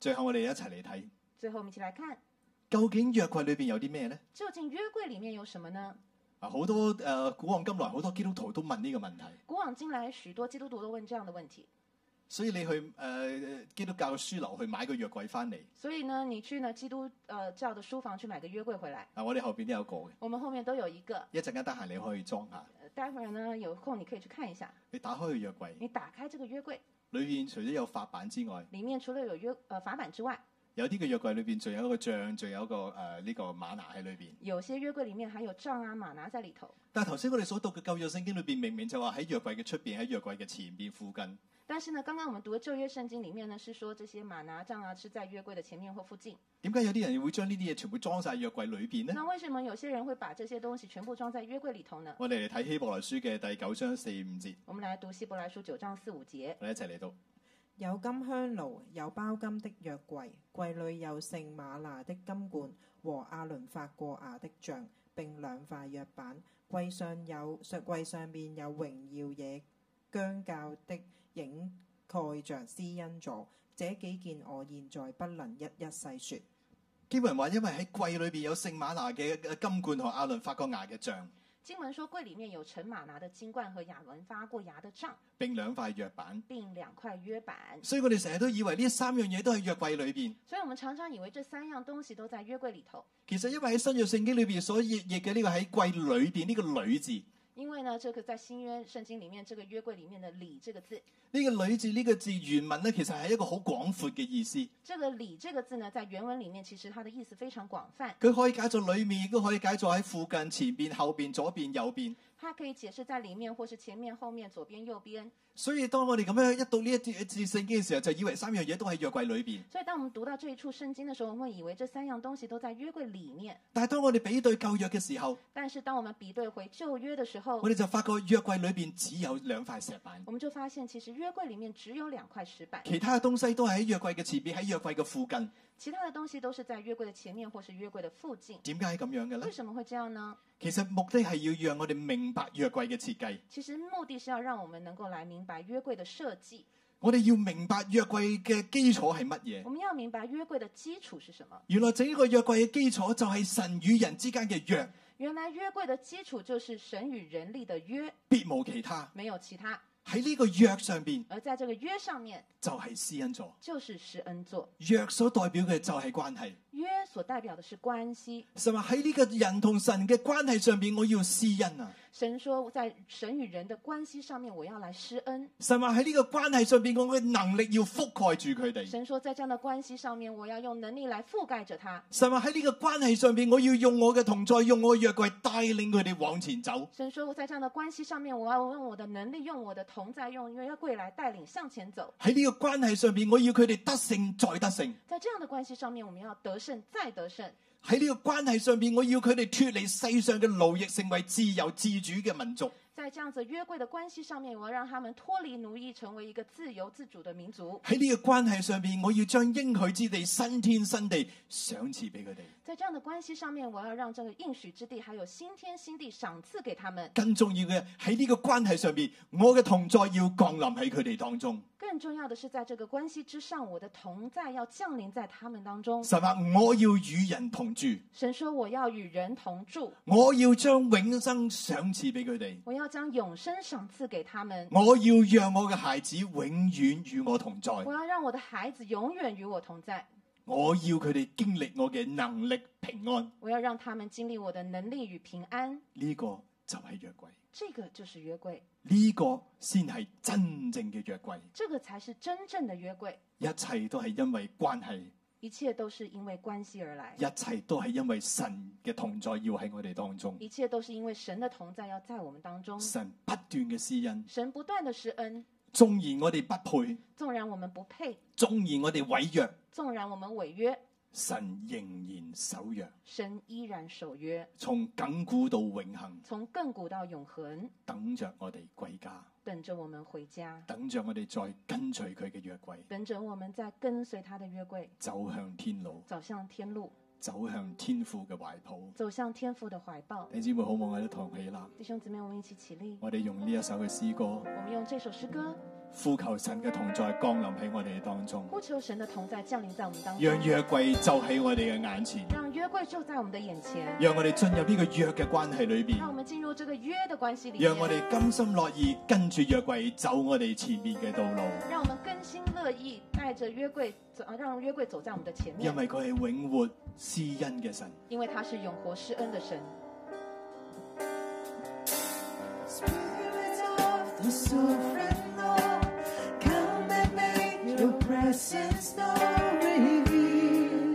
Speaker 1: 最後我哋一齊嚟睇，
Speaker 2: 最后，我们一起来看，
Speaker 1: 究竟約櫃裏邊有啲咩呢？
Speaker 2: 究竟约柜里面有什么呢？
Speaker 1: 啊，好多誒、呃古往今來好多基督徒都問呢個問題，
Speaker 2: 古往今来，许多基督徒都问这样的问题。
Speaker 1: 所以你去誒、呃基督教嘅書樓去買個約櫃翻嚟，
Speaker 2: 所以呢，你去呢基督呃教的书房去买个约柜回来，
Speaker 1: 啊，我哋後邊都有個嘅，
Speaker 2: 我们后面都有一个，
Speaker 1: 一陣間得閒你可以裝下。
Speaker 2: 呃待会儿呢有空你可以去看一下。
Speaker 1: 你打開佢約櫃，
Speaker 2: 你打开这個约柜，
Speaker 1: 裏面除咗有法版之外，
Speaker 2: 里面除了有约呃法板之外，
Speaker 1: 有啲嘅約櫃裏邊仲有一個像，仲有一個呃誒呢、個馬拿喺裏邊。
Speaker 2: 有些约柜里面还有杖啊、马拿在里头。
Speaker 1: 但係頭先我哋所讀嘅舊約聖經裏邊，明明就話喺約櫃嘅出邊，喺約櫃嘅前邊附近。
Speaker 2: 但是呢，刚刚我们读的旧约圣经里面呢，是说这些马拿杖啊是在约柜的前面或附近。
Speaker 1: 點解有啲人會將呢啲嘢全部裝晒約櫃裏邊呢？
Speaker 2: 那为什么有些人会把这些东西全部装在约柜里头呢？
Speaker 1: 我哋嚟睇希伯來書嘅第九章四五節，
Speaker 2: 我们来讀希伯来书九章四五节，
Speaker 1: 我哋一齊嚟讀。
Speaker 3: 有金香爐，有包金的約櫃，櫃裏有盛馬拿的金罐和阿倫發過芽的杖，並兩塊約板。櫃上有上櫃上面有榮耀野姜教的影蓋着施恩座。這幾件我現在不能一一細說。
Speaker 1: 基本人話，因為喺櫃裏邊有聖馬拿嘅嘅金罐同阿倫發過芽嘅像，
Speaker 2: 经文说柜里面有陈马拿的金冠和亚伦发过芽的杖，
Speaker 1: 並兩塊約板，
Speaker 2: 并两块约板。
Speaker 1: 所以我哋成日都以為呢三樣嘢都喺約櫃裏邊。
Speaker 2: 所以我们常常以为这三样东西都在约柜里头，
Speaker 1: 其實因為喺新約聖經裏邊所譯譯嘅呢個喺櫃裏邊呢個裏字，
Speaker 2: 因为呢，这个在新约圣经里面这个约柜里面的“里”这个字，
Speaker 1: 呢、個女字呢、個字原文咧，其實係一個好廣闊嘅意思，
Speaker 2: 这个“里”这个字呢，在原文里面其实它的意思非常广泛，
Speaker 1: 佢可以解作裏面，亦都可以解作喺附近、前邊、後邊、左邊、右邊。
Speaker 2: 它可以解释在里面或是前面、后面、左边、右边。
Speaker 1: 所以當我哋咁樣一讀呢一節一節聖經嘅時候，就以為三樣嘢都喺約櫃裏邊。
Speaker 2: 所以，当我们读到这一处圣经的时候，我们会以为这三样东西都在约柜里面。
Speaker 1: 但係當我哋比對舊約嘅時候，
Speaker 2: 但是，当我们比对回旧约的时候
Speaker 1: 我，哋就發覺約櫃裏邊只有兩塊石板，
Speaker 2: 我们就发现其实约柜里面只有两块石板，
Speaker 1: 其他嘅東西都係喺約櫃嘅前邊，喺約櫃嘅附近。
Speaker 2: 其他的东西都是在约柜的前面或是约柜的附近。
Speaker 1: 點解係咁樣嘅
Speaker 2: 为
Speaker 1: 咧？
Speaker 2: 什么会这样呢？
Speaker 1: 其實目的係要讓我哋明白約櫃嘅設計。
Speaker 2: 其实目的是要让我们能够来明白约柜的设计，
Speaker 1: 我哋要明白約櫃嘅基礎係乜嘢
Speaker 2: 我。们要明白约柜的基础是什么。
Speaker 1: 原來整個約櫃嘅基礎就係神與人之間嘅約，
Speaker 2: 原来约柜的基础就是神与人力的约，
Speaker 1: 別無其他。
Speaker 2: 没有其他。
Speaker 1: 喺呢個約上邊
Speaker 2: 而在这个约上面，
Speaker 1: 就係施恩座。
Speaker 2: 就是施恩座。
Speaker 1: 約所代表嘅就係關係，
Speaker 2: 约所代表的是关系。
Speaker 1: 神話喺呢個人同神嘅關係上邊，我要施恩啊！
Speaker 2: 神说，在神与人的关系上面，我要来施恩。
Speaker 1: 神話喺呢個關係上邊，我嘅能力要覆蓋住佢哋。
Speaker 2: 神说，在这样的关系上面，我要用能力来覆盖着他。
Speaker 1: 神話喺呢個關係上邊，我要用我嘅同在，用我嘅約櫃帶領佢哋往前走。
Speaker 2: 神说，在这样的关系上面，我要用我的能力，用我的同在，用约柜来带领向前走。
Speaker 1: 喺呢個關係上邊，我要佢哋得勝再得勝。
Speaker 2: 在这样的关系上面，我们要得胜再得胜。
Speaker 1: 喺呢個關係上邊，我要佢哋脱離世上嘅奴役，成為自由自主嘅民族。
Speaker 2: 在这样子约柜的关系上面，我要让他们脱离奴役，成为一个自由自主的民族。
Speaker 1: 喺呢個關係上邊，我要將應許之地、新天新地賞賜俾佢哋。
Speaker 2: 在这样的关系上面，我要让这个应许之地还有新天新地赏赐给他们。
Speaker 1: 更重要嘅喺呢個關係上邊，我嘅同在要降臨喺佢哋當中。
Speaker 2: 更重要的是，在这个关系之上，我的同在要降临在他们当中。
Speaker 1: 神話我要與人同住，
Speaker 2: 神说：“我要与人同住，
Speaker 1: 我要將永生賞賜俾佢哋，
Speaker 2: 我要将永生赏赐给他们，
Speaker 1: 我要讓我嘅孩子永遠與我同在，
Speaker 2: 我要让我的孩子永远與我同在，
Speaker 1: 我要佢哋經歷我嘅能力平安。
Speaker 2: 我要让他们经历我的能力与平安。”
Speaker 1: 呢、個就係約櫃，
Speaker 2: 这个就是约柜，
Speaker 1: 呢、個先係真正嘅約櫃。
Speaker 2: 这个才是真正的约柜。
Speaker 1: 一切都係因為關係，
Speaker 2: 一切都是因为关系而来，
Speaker 1: 一切都係因為神嘅同在要喺我哋當中。
Speaker 2: 一切都是因为神的同在要在我们当中。
Speaker 1: 神不斷嘅施恩，
Speaker 2: 神不断的施恩，
Speaker 1: 縱然我哋不配，
Speaker 2: 纵然我们不配，
Speaker 1: 縱然我哋違約，
Speaker 2: 纵然我们违约，
Speaker 1: 神仍然守約，
Speaker 2: 神依然守约，
Speaker 1: 從亘古到永恒，
Speaker 2: 从亘古到永恒，
Speaker 1: 等着我哋歸家，
Speaker 2: 等着我们回家，
Speaker 1: 等着我哋再跟隨佢嘅約櫃，
Speaker 2: 等着我们在跟随他的约柜
Speaker 1: 走向天路，
Speaker 2: 走向天路，
Speaker 1: 走向天父嘅懷抱。
Speaker 2: 走向天父的怀抱。
Speaker 1: 你知妹好唔好？我哋同起啦，
Speaker 2: 弟兄姊妹，我们一起起立，
Speaker 1: 我哋用呢一首嘅詩歌，
Speaker 2: 我们用这首诗歌
Speaker 1: 呼求神嘅同在降臨喺我哋當中，
Speaker 2: 呼求神的同在降临在我们当中
Speaker 1: 讓，約櫃就喺我哋嘅眼前，
Speaker 2: 让约柜就在我们的眼前。
Speaker 1: 讓我哋進入呢個約嘅關係裏边
Speaker 2: 让。我们进入这个约的关系里面，
Speaker 1: 让我哋甘心乐意跟住约柜走我哋前面嘅道路，
Speaker 2: 让我们更新乐意，带着约柜走，呃让约柜走在我们的前面
Speaker 1: 因，为佢系永活施恩嘅神。
Speaker 2: 因为他是永活施恩的神。
Speaker 4: Spirit of the sovereign Lord, come and make your presence known. Reveal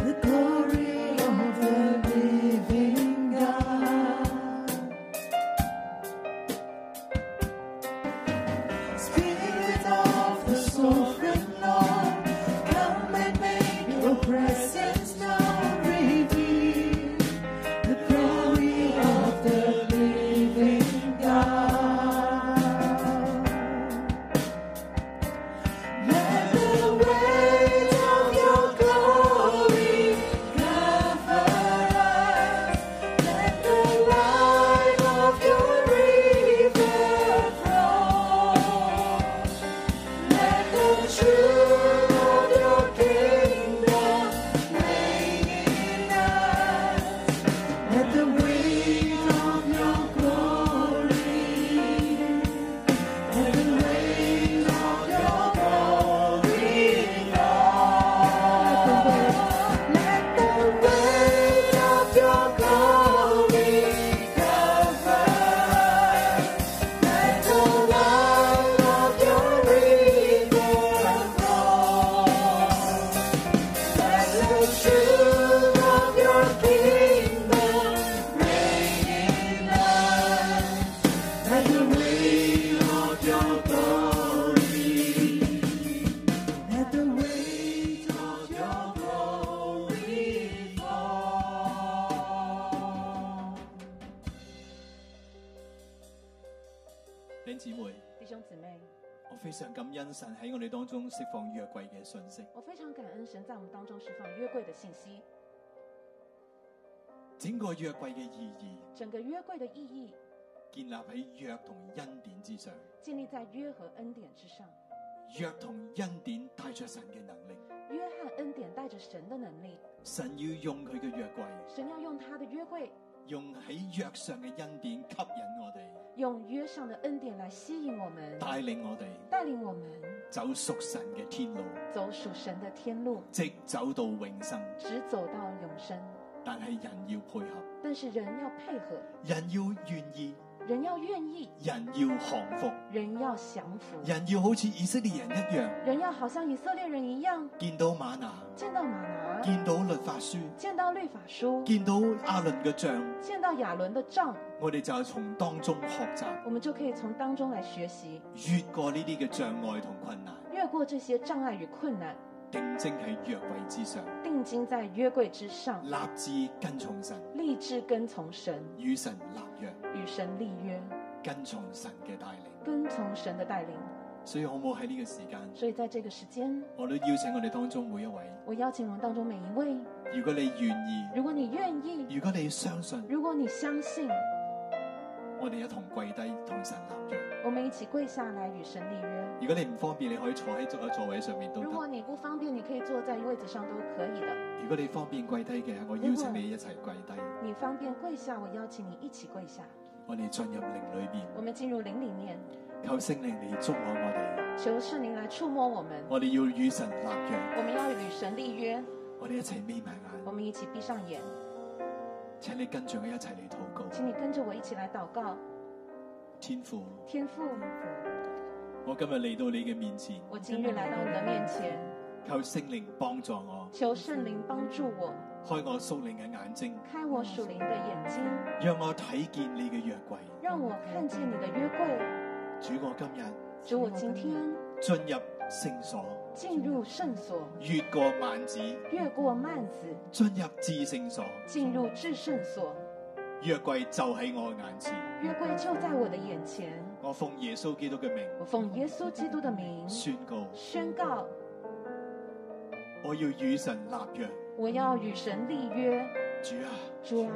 Speaker 4: the glory of the living God. Spirit of the sovereign Lord, come and make your presence known. Reveal the glory of the living God. Let the weight of your glory cover us. Let the light of your river flow. Let the truth of your kingdom reign in us. Let the weight of your glory, let the weight of your glory fall. Let the weight of your glory cover us. Let the light of your river fall. Let the truth of your kingdom reign in us. Let the weight of your glory, let the weight of your glory fall.
Speaker 1: 弟兄姊妹，
Speaker 2: 弟兄姊妹，
Speaker 1: 我非常感恩神喺我哋当中释放约柜嘅信息，
Speaker 2: 我非常感恩神在我们当中释放约柜的信息。
Speaker 1: 整个约柜嘅意义
Speaker 2: 整个约柜的意义
Speaker 1: 建立喺约同恩典之上，
Speaker 2: 建立在约和恩典之上，
Speaker 1: 约同恩典带着神嘅能力，
Speaker 2: 约和恩典带着神的能力，
Speaker 1: 神要用佢嘅约柜，
Speaker 2: 神要用他的约柜，
Speaker 1: 用喺约上嘅恩典吸引我哋，
Speaker 2: 用约上的恩典来吸引我们，
Speaker 1: 带领我哋
Speaker 2: 带领我们
Speaker 1: 走属神嘅天路，
Speaker 2: 走属神的天路，
Speaker 1: 直走到永生。
Speaker 2: 直走到永生。
Speaker 1: 但系人要配合，
Speaker 2: 但是人要配合，
Speaker 1: 人要愿意。
Speaker 2: 人要愿意，
Speaker 1: 人要降服，
Speaker 2: 人要降服。
Speaker 1: 人要好似以色列人一樣，
Speaker 2: 人要好像以色列人一样，
Speaker 1: 見到瑪拿，
Speaker 2: 见到马拿，
Speaker 1: 見到律法書，
Speaker 2: 见到律法书，
Speaker 1: 見到阿倫嘅像，
Speaker 2: 见到亚伦的杖，
Speaker 1: 我哋就係從當中學習，
Speaker 2: 我们就可以从当中来学习，
Speaker 1: 越過呢啲嘅障礙同困難，
Speaker 2: 越过这些障碍与困难，
Speaker 1: 定睛喺約位之上，
Speaker 2: 定睛在约柜之上，
Speaker 1: 立志跟從神，
Speaker 2: 立志跟从神，
Speaker 1: 與神立約。
Speaker 2: 与神立约。
Speaker 1: 跟從神嘅帶領。
Speaker 2: 跟从神的带领。
Speaker 1: 所以好唔好喺呢個時間，
Speaker 2: 所以在这个时间，
Speaker 1: 我都邀請我哋當中每一位，
Speaker 2: 我邀请我们当中每一位，
Speaker 1: 如果你願意，
Speaker 2: 如果你愿意，
Speaker 1: 如果你相信，
Speaker 2: 如果你相信，
Speaker 1: 我哋一同跪低同神立約。
Speaker 2: 我们一起跪下来与神立约。
Speaker 1: 如果你唔方便，你可以坐喺座座位上面都得
Speaker 2: 如。果你不方便，你可以坐在位子上都可以的。
Speaker 1: 如果你方便跪低嘅，我邀請你一齊跪低。
Speaker 2: 你方便跪下，我邀請你一起跪下。
Speaker 1: 我哋進入靈裏面，
Speaker 2: 我们进入灵里面，
Speaker 1: 求聖靈嚟觸摸我哋。
Speaker 2: 求圣灵来触摸我们。
Speaker 1: 我哋要與神立約，
Speaker 2: 我们要与神立约，
Speaker 1: 我哋一齊眯埋眼。
Speaker 2: 我们一起闭上眼，
Speaker 1: 請你跟住我一齊嚟禱告。
Speaker 2: 请你跟着我一起来祷告。
Speaker 1: 天父，
Speaker 2: 天父，
Speaker 1: 我今日嚟到你嘅面前，
Speaker 2: 我今日来到你的面前，
Speaker 1: 求聖靈幫助我，
Speaker 2: 求圣灵帮助我，
Speaker 1: 開我屬靈嘅眼睛，
Speaker 2: 开我属灵的眼睛，
Speaker 1: 讓我睇見你嘅約櫃。
Speaker 2: 让我看见你的约柜。
Speaker 1: 主，我今日
Speaker 2: 主，我今天
Speaker 1: 進入聖所，
Speaker 2: 进入圣所，
Speaker 1: 越過幔子，
Speaker 2: 越过幔子，
Speaker 1: 進入至聖所。
Speaker 2: 进入至圣所。
Speaker 1: 約櫃就喺我眼前。
Speaker 2: 约柜就在我的眼前。
Speaker 1: 我奉耶穌基督嘅名
Speaker 2: 我奉耶稣基督的名
Speaker 1: 宣告，
Speaker 2: 宣告，
Speaker 1: 我要與神立約。
Speaker 2: 我要与神立约。
Speaker 1: 主啊，
Speaker 2: 主啊，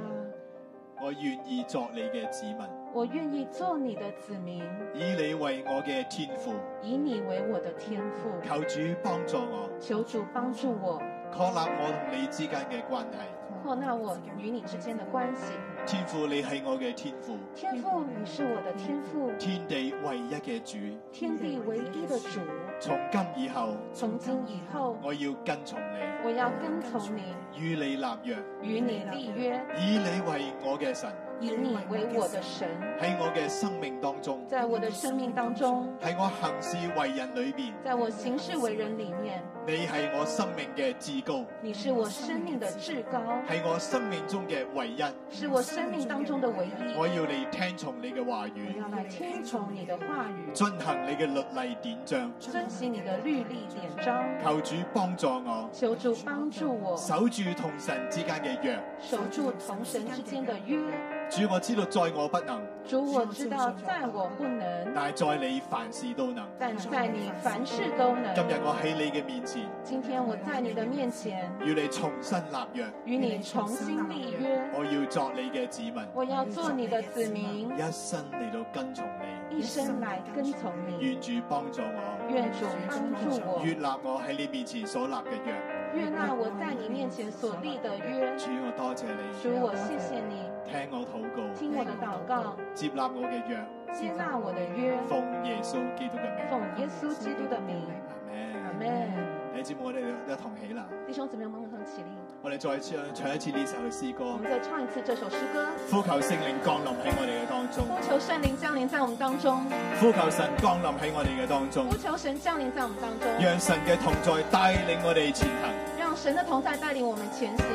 Speaker 1: 我願意作你嘅子民，
Speaker 2: 我愿意做你的子民，
Speaker 1: 以你為我嘅天父。
Speaker 2: 以你为我的天赋。
Speaker 1: 求主幫助我，
Speaker 2: 求主帮助我，
Speaker 1: 確立我同你之間嘅關係。
Speaker 2: 扩大哦我与你之间的关系。
Speaker 1: 天父，你係我嘅天父，
Speaker 2: 天赋，你是我的天赋，
Speaker 1: 天地唯一嘅主。
Speaker 2: 天地唯一的主。
Speaker 1: 從今以後，
Speaker 2: 从今以后，
Speaker 1: 我要跟從你，
Speaker 2: 我要跟从你，
Speaker 1: 與你立約，
Speaker 2: 与你立约，
Speaker 1: 以你為我嘅神，
Speaker 2: 以你为我的神。
Speaker 1: 喺我嘅生命當中，
Speaker 2: 在我的生命当中，
Speaker 1: 喺我行事為人裏邊，
Speaker 2: 在我行事为人里面，
Speaker 1: 你係我生命嘅至高，
Speaker 2: 你是我生命的至高，
Speaker 1: 係我生命中嘅唯一。
Speaker 2: 是我生命当中的唯一。
Speaker 1: 我要你聽從你嘅話
Speaker 2: 我
Speaker 1: 語，
Speaker 2: 要来听从你的话语，
Speaker 1: 遵行你嘅律例典章。
Speaker 2: 遵行你的律例典章。
Speaker 1: 求主幫助我，
Speaker 2: 求主帮助我，
Speaker 1: 守住同神之間嘅約。
Speaker 2: 守住同神之间的约。
Speaker 1: 主，我知道在我不能，
Speaker 2: 主，我知道在我不能，
Speaker 1: 但係在你凡事都能。
Speaker 2: 但在你凡事都
Speaker 1: 今
Speaker 2: 能。
Speaker 1: 日我喺你嘅面前，
Speaker 2: 今天我在你的面前，
Speaker 1: 與你重新立約。
Speaker 2: 与你重新立约。
Speaker 1: 我要作你嘅子民，
Speaker 2: 我要做你的子民，
Speaker 1: 一生嚟到跟從你。
Speaker 2: 一生来跟从你。
Speaker 1: 願主幫助我，
Speaker 2: 愿主帮助我。
Speaker 1: 越立我喺你面前所立嘅約。
Speaker 2: 悦纳我在你面前所立的约。
Speaker 1: 主，我多謝你，
Speaker 2: 主，我谢谢你，
Speaker 1: 聽我禱告，
Speaker 2: 听我的祷告，
Speaker 1: 接納我嘅約，
Speaker 2: 接纳我的约，
Speaker 1: 奉耶穌基督嘅名。
Speaker 2: 奉耶稣基督的名，
Speaker 1: 阿
Speaker 2: 阿
Speaker 1: 門。
Speaker 2: 门。
Speaker 1: 你知唔知我哋一同起啦？
Speaker 2: 弟兄姊妹，我们很起立，
Speaker 1: 我哋再唱唱一次呢首詩
Speaker 2: 我
Speaker 1: 歌
Speaker 2: 们，再唱一次这首诗歌，
Speaker 1: 呼求聖靈降臨喺我哋嘅當中，
Speaker 2: 呼求圣灵降临在我们当中，
Speaker 1: 呼求神降臨喺我哋嘅當中
Speaker 2: 呼，求神降临在我们当中，
Speaker 1: 讓神嘅同在帶領我哋前行。
Speaker 2: 让神的同在带领我们前行。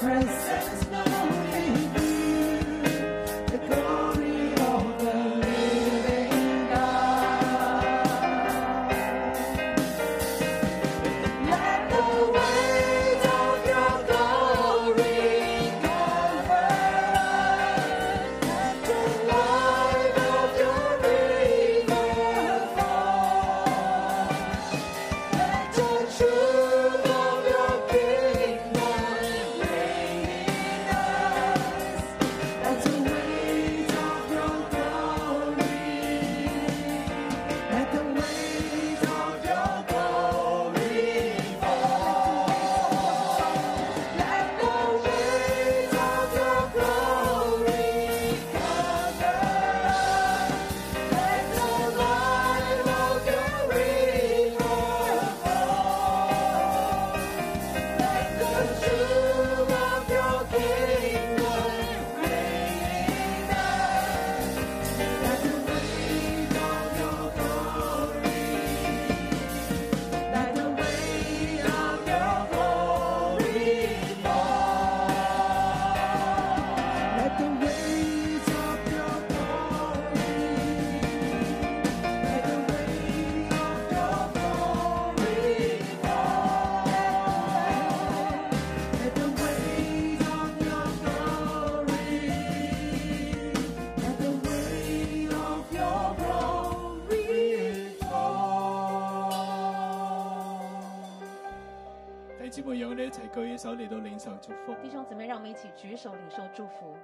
Speaker 4: Presence knowing you, the glory of the living God.
Speaker 1: 舉起手嚟到領受祝福。
Speaker 2: 弟兄姊妹，让我们一起举手领受祝福。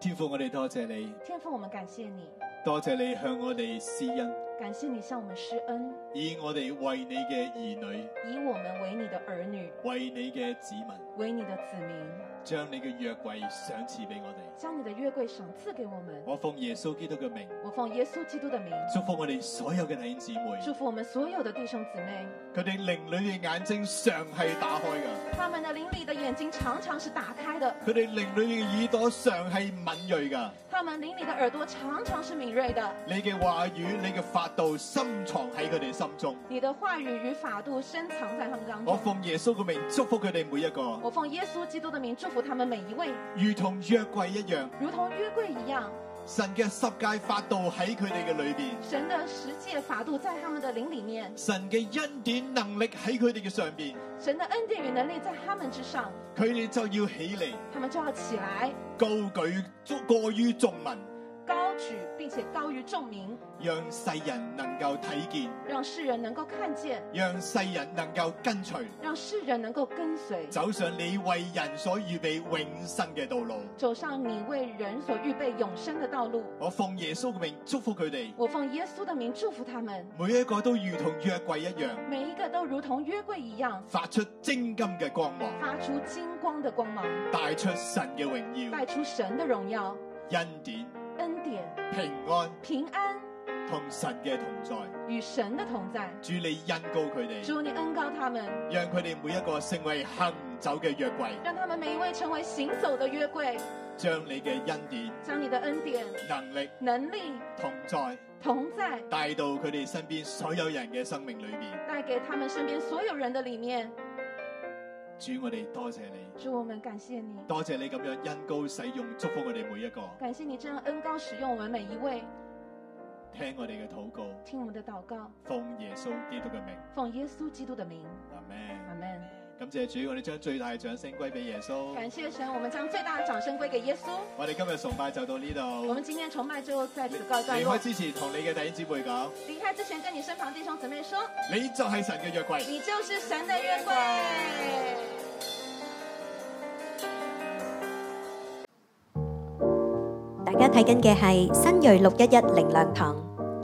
Speaker 1: 天父，我哋多謝你，
Speaker 2: 天父，我们感谢你，
Speaker 1: 多謝你向我哋施恩，
Speaker 2: 感谢你向我们施恩，
Speaker 1: 以我哋為你嘅兒女，
Speaker 2: 以我们为你的儿女，
Speaker 1: 為你嘅子民，
Speaker 2: 为你的子民，
Speaker 1: 將你嘅約櫃賞賜俾我哋。
Speaker 2: 将你的约柜赏赐给我们。
Speaker 1: 我奉耶穌基督嘅名，
Speaker 2: 我奉耶稣基督的名，
Speaker 1: 祝福我哋所有嘅弟兄姊妹，
Speaker 2: 祝福我们所有的弟兄姊妹，
Speaker 1: 佢哋靈裏嘅眼睛常係打開㗎。
Speaker 2: 他们的灵里的眼睛常常是打开的，
Speaker 1: 佢哋靈裏嘅耳朵常係敏鋭㗎，
Speaker 2: 他们灵里的耳朵常常是敏锐的。
Speaker 1: 你嘅話語、你嘅法度深藏喺佢哋心中。
Speaker 2: 你的话语与法度深藏在他们当
Speaker 1: 我
Speaker 2: 中。
Speaker 1: 哦奉耶穌嘅名祝福佢哋每一個，
Speaker 2: 我奉耶稣基督的名祝福他们每一位，
Speaker 1: 如同約櫃一樣，
Speaker 2: 如同约柜一样，
Speaker 1: 神嘅十戒法度喺佢哋嘅裏邊，
Speaker 2: 神的十诫法度在他们的灵里面，
Speaker 1: 神嘅恩典能力喺佢哋嘅上邊，
Speaker 2: 神的恩典与能力在他们之上，
Speaker 1: 佢哋就要起嚟
Speaker 2: 他们就要起来
Speaker 1: 高舉足過於眾民，
Speaker 2: 高举，并且高于众民，
Speaker 1: 讓世人能夠睇見，
Speaker 2: 让世人能够看见，
Speaker 1: 讓世人能夠跟隨，
Speaker 2: 让世人能够跟随，
Speaker 1: 走上你為人所預備永生嘅道路。
Speaker 2: 走上你为人所预备永生的道路。
Speaker 1: 我奉耶穌嘅名祝福佢哋。
Speaker 2: 我奉耶稣的名祝福他们，
Speaker 1: 每一個都如同約櫃一樣，
Speaker 2: 每一个都如同约柜一样，
Speaker 1: 發出精金嘅光芒，
Speaker 2: 发出金光的光芒，
Speaker 1: 帶出神嘅榮耀
Speaker 2: 带、出神的荣耀、
Speaker 1: 恩典、
Speaker 2: 恩典、
Speaker 1: 平安
Speaker 2: 平安
Speaker 1: 同神嘅同在。
Speaker 2: 与神的同在。
Speaker 1: 主你恩高佢哋，
Speaker 2: 主，你恩高他们，
Speaker 1: 讓佢哋每一個成為行走嘅約櫃，
Speaker 2: 让他们每一位成为行走的约柜，
Speaker 1: 將你嘅恩典、
Speaker 2: 将你的恩典、
Speaker 1: 能力、
Speaker 2: 能力、
Speaker 1: 同在
Speaker 2: 同在
Speaker 1: 帶到佢哋身邊所有人嘅生命裏面。
Speaker 2: 带给他们身边所有人的里面。
Speaker 1: 主，我哋多謝你，
Speaker 2: 主，我们感谢你，
Speaker 1: 多謝你咁樣恩高使用，祝福我哋每一個，
Speaker 2: 感谢你这样恩高使用我们每一位。
Speaker 1: 聽我哋嘅禱告，
Speaker 2: 听我们的祷告，
Speaker 1: 奉耶穌基督嘅名，
Speaker 2: 奉耶稣基督的名，
Speaker 1: 阿門。
Speaker 2: 阿门。
Speaker 1: 感謝主，我哋將最大嘅掌聲歸俾耶穌。
Speaker 2: 感谢神，我们将最大的掌声归给耶稣。
Speaker 1: 我哋今日崇拜就到呢
Speaker 2: 我
Speaker 1: 度。
Speaker 2: 们今天崇拜就在此告一段
Speaker 1: 離
Speaker 2: 落
Speaker 1: 開。之前，同你嘅弟兄姊妹講，
Speaker 2: 离开之前，跟你身旁弟兄姊妹说，
Speaker 1: 你就係神嘅約櫃。
Speaker 2: 你就是神的约柜。
Speaker 5: 大家睇緊嘅係新锐六一一靈糧堂。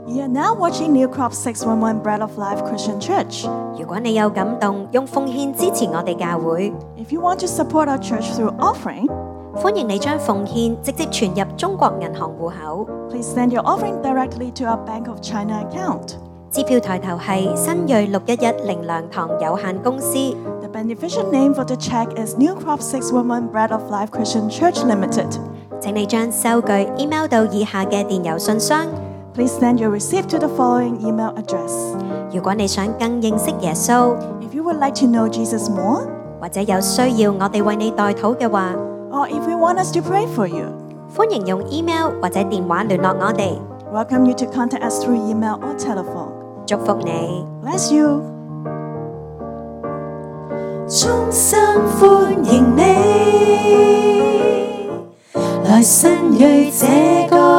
Speaker 6: You are now watching New Crop 611 Bread of Life Christian Church.
Speaker 5: 如果你有感動，用奉獻支持我哋教會，
Speaker 6: If you want to support our church through offering,
Speaker 5: 歡迎你將奉獻直接存入中國銀行户口。
Speaker 6: please send your offering directly to our Bank of China account.
Speaker 5: 支票抬頭係新锐六一一靈糧堂有限公司，
Speaker 6: The beneficial name for the check is New Crop 611 Bread of Life Christian Church Limited.
Speaker 5: 請你將收據 email 到以下嘅電郵信箱。
Speaker 6: Please send your receipt to the following email address.
Speaker 5: 如果你想更認識耶穌，
Speaker 6: If you would like to know Jesus more,
Speaker 5: 或者有需要我哋為你代禱嘅話，
Speaker 6: or if you want us to pray for you,
Speaker 5: 歡迎用 email 或者電話聯絡我哋。
Speaker 6: welcome you to contact us through email or telephone.
Speaker 5: 祝福你。
Speaker 6: Bless you.
Speaker 7: 衷心歡迎你，來新锐這個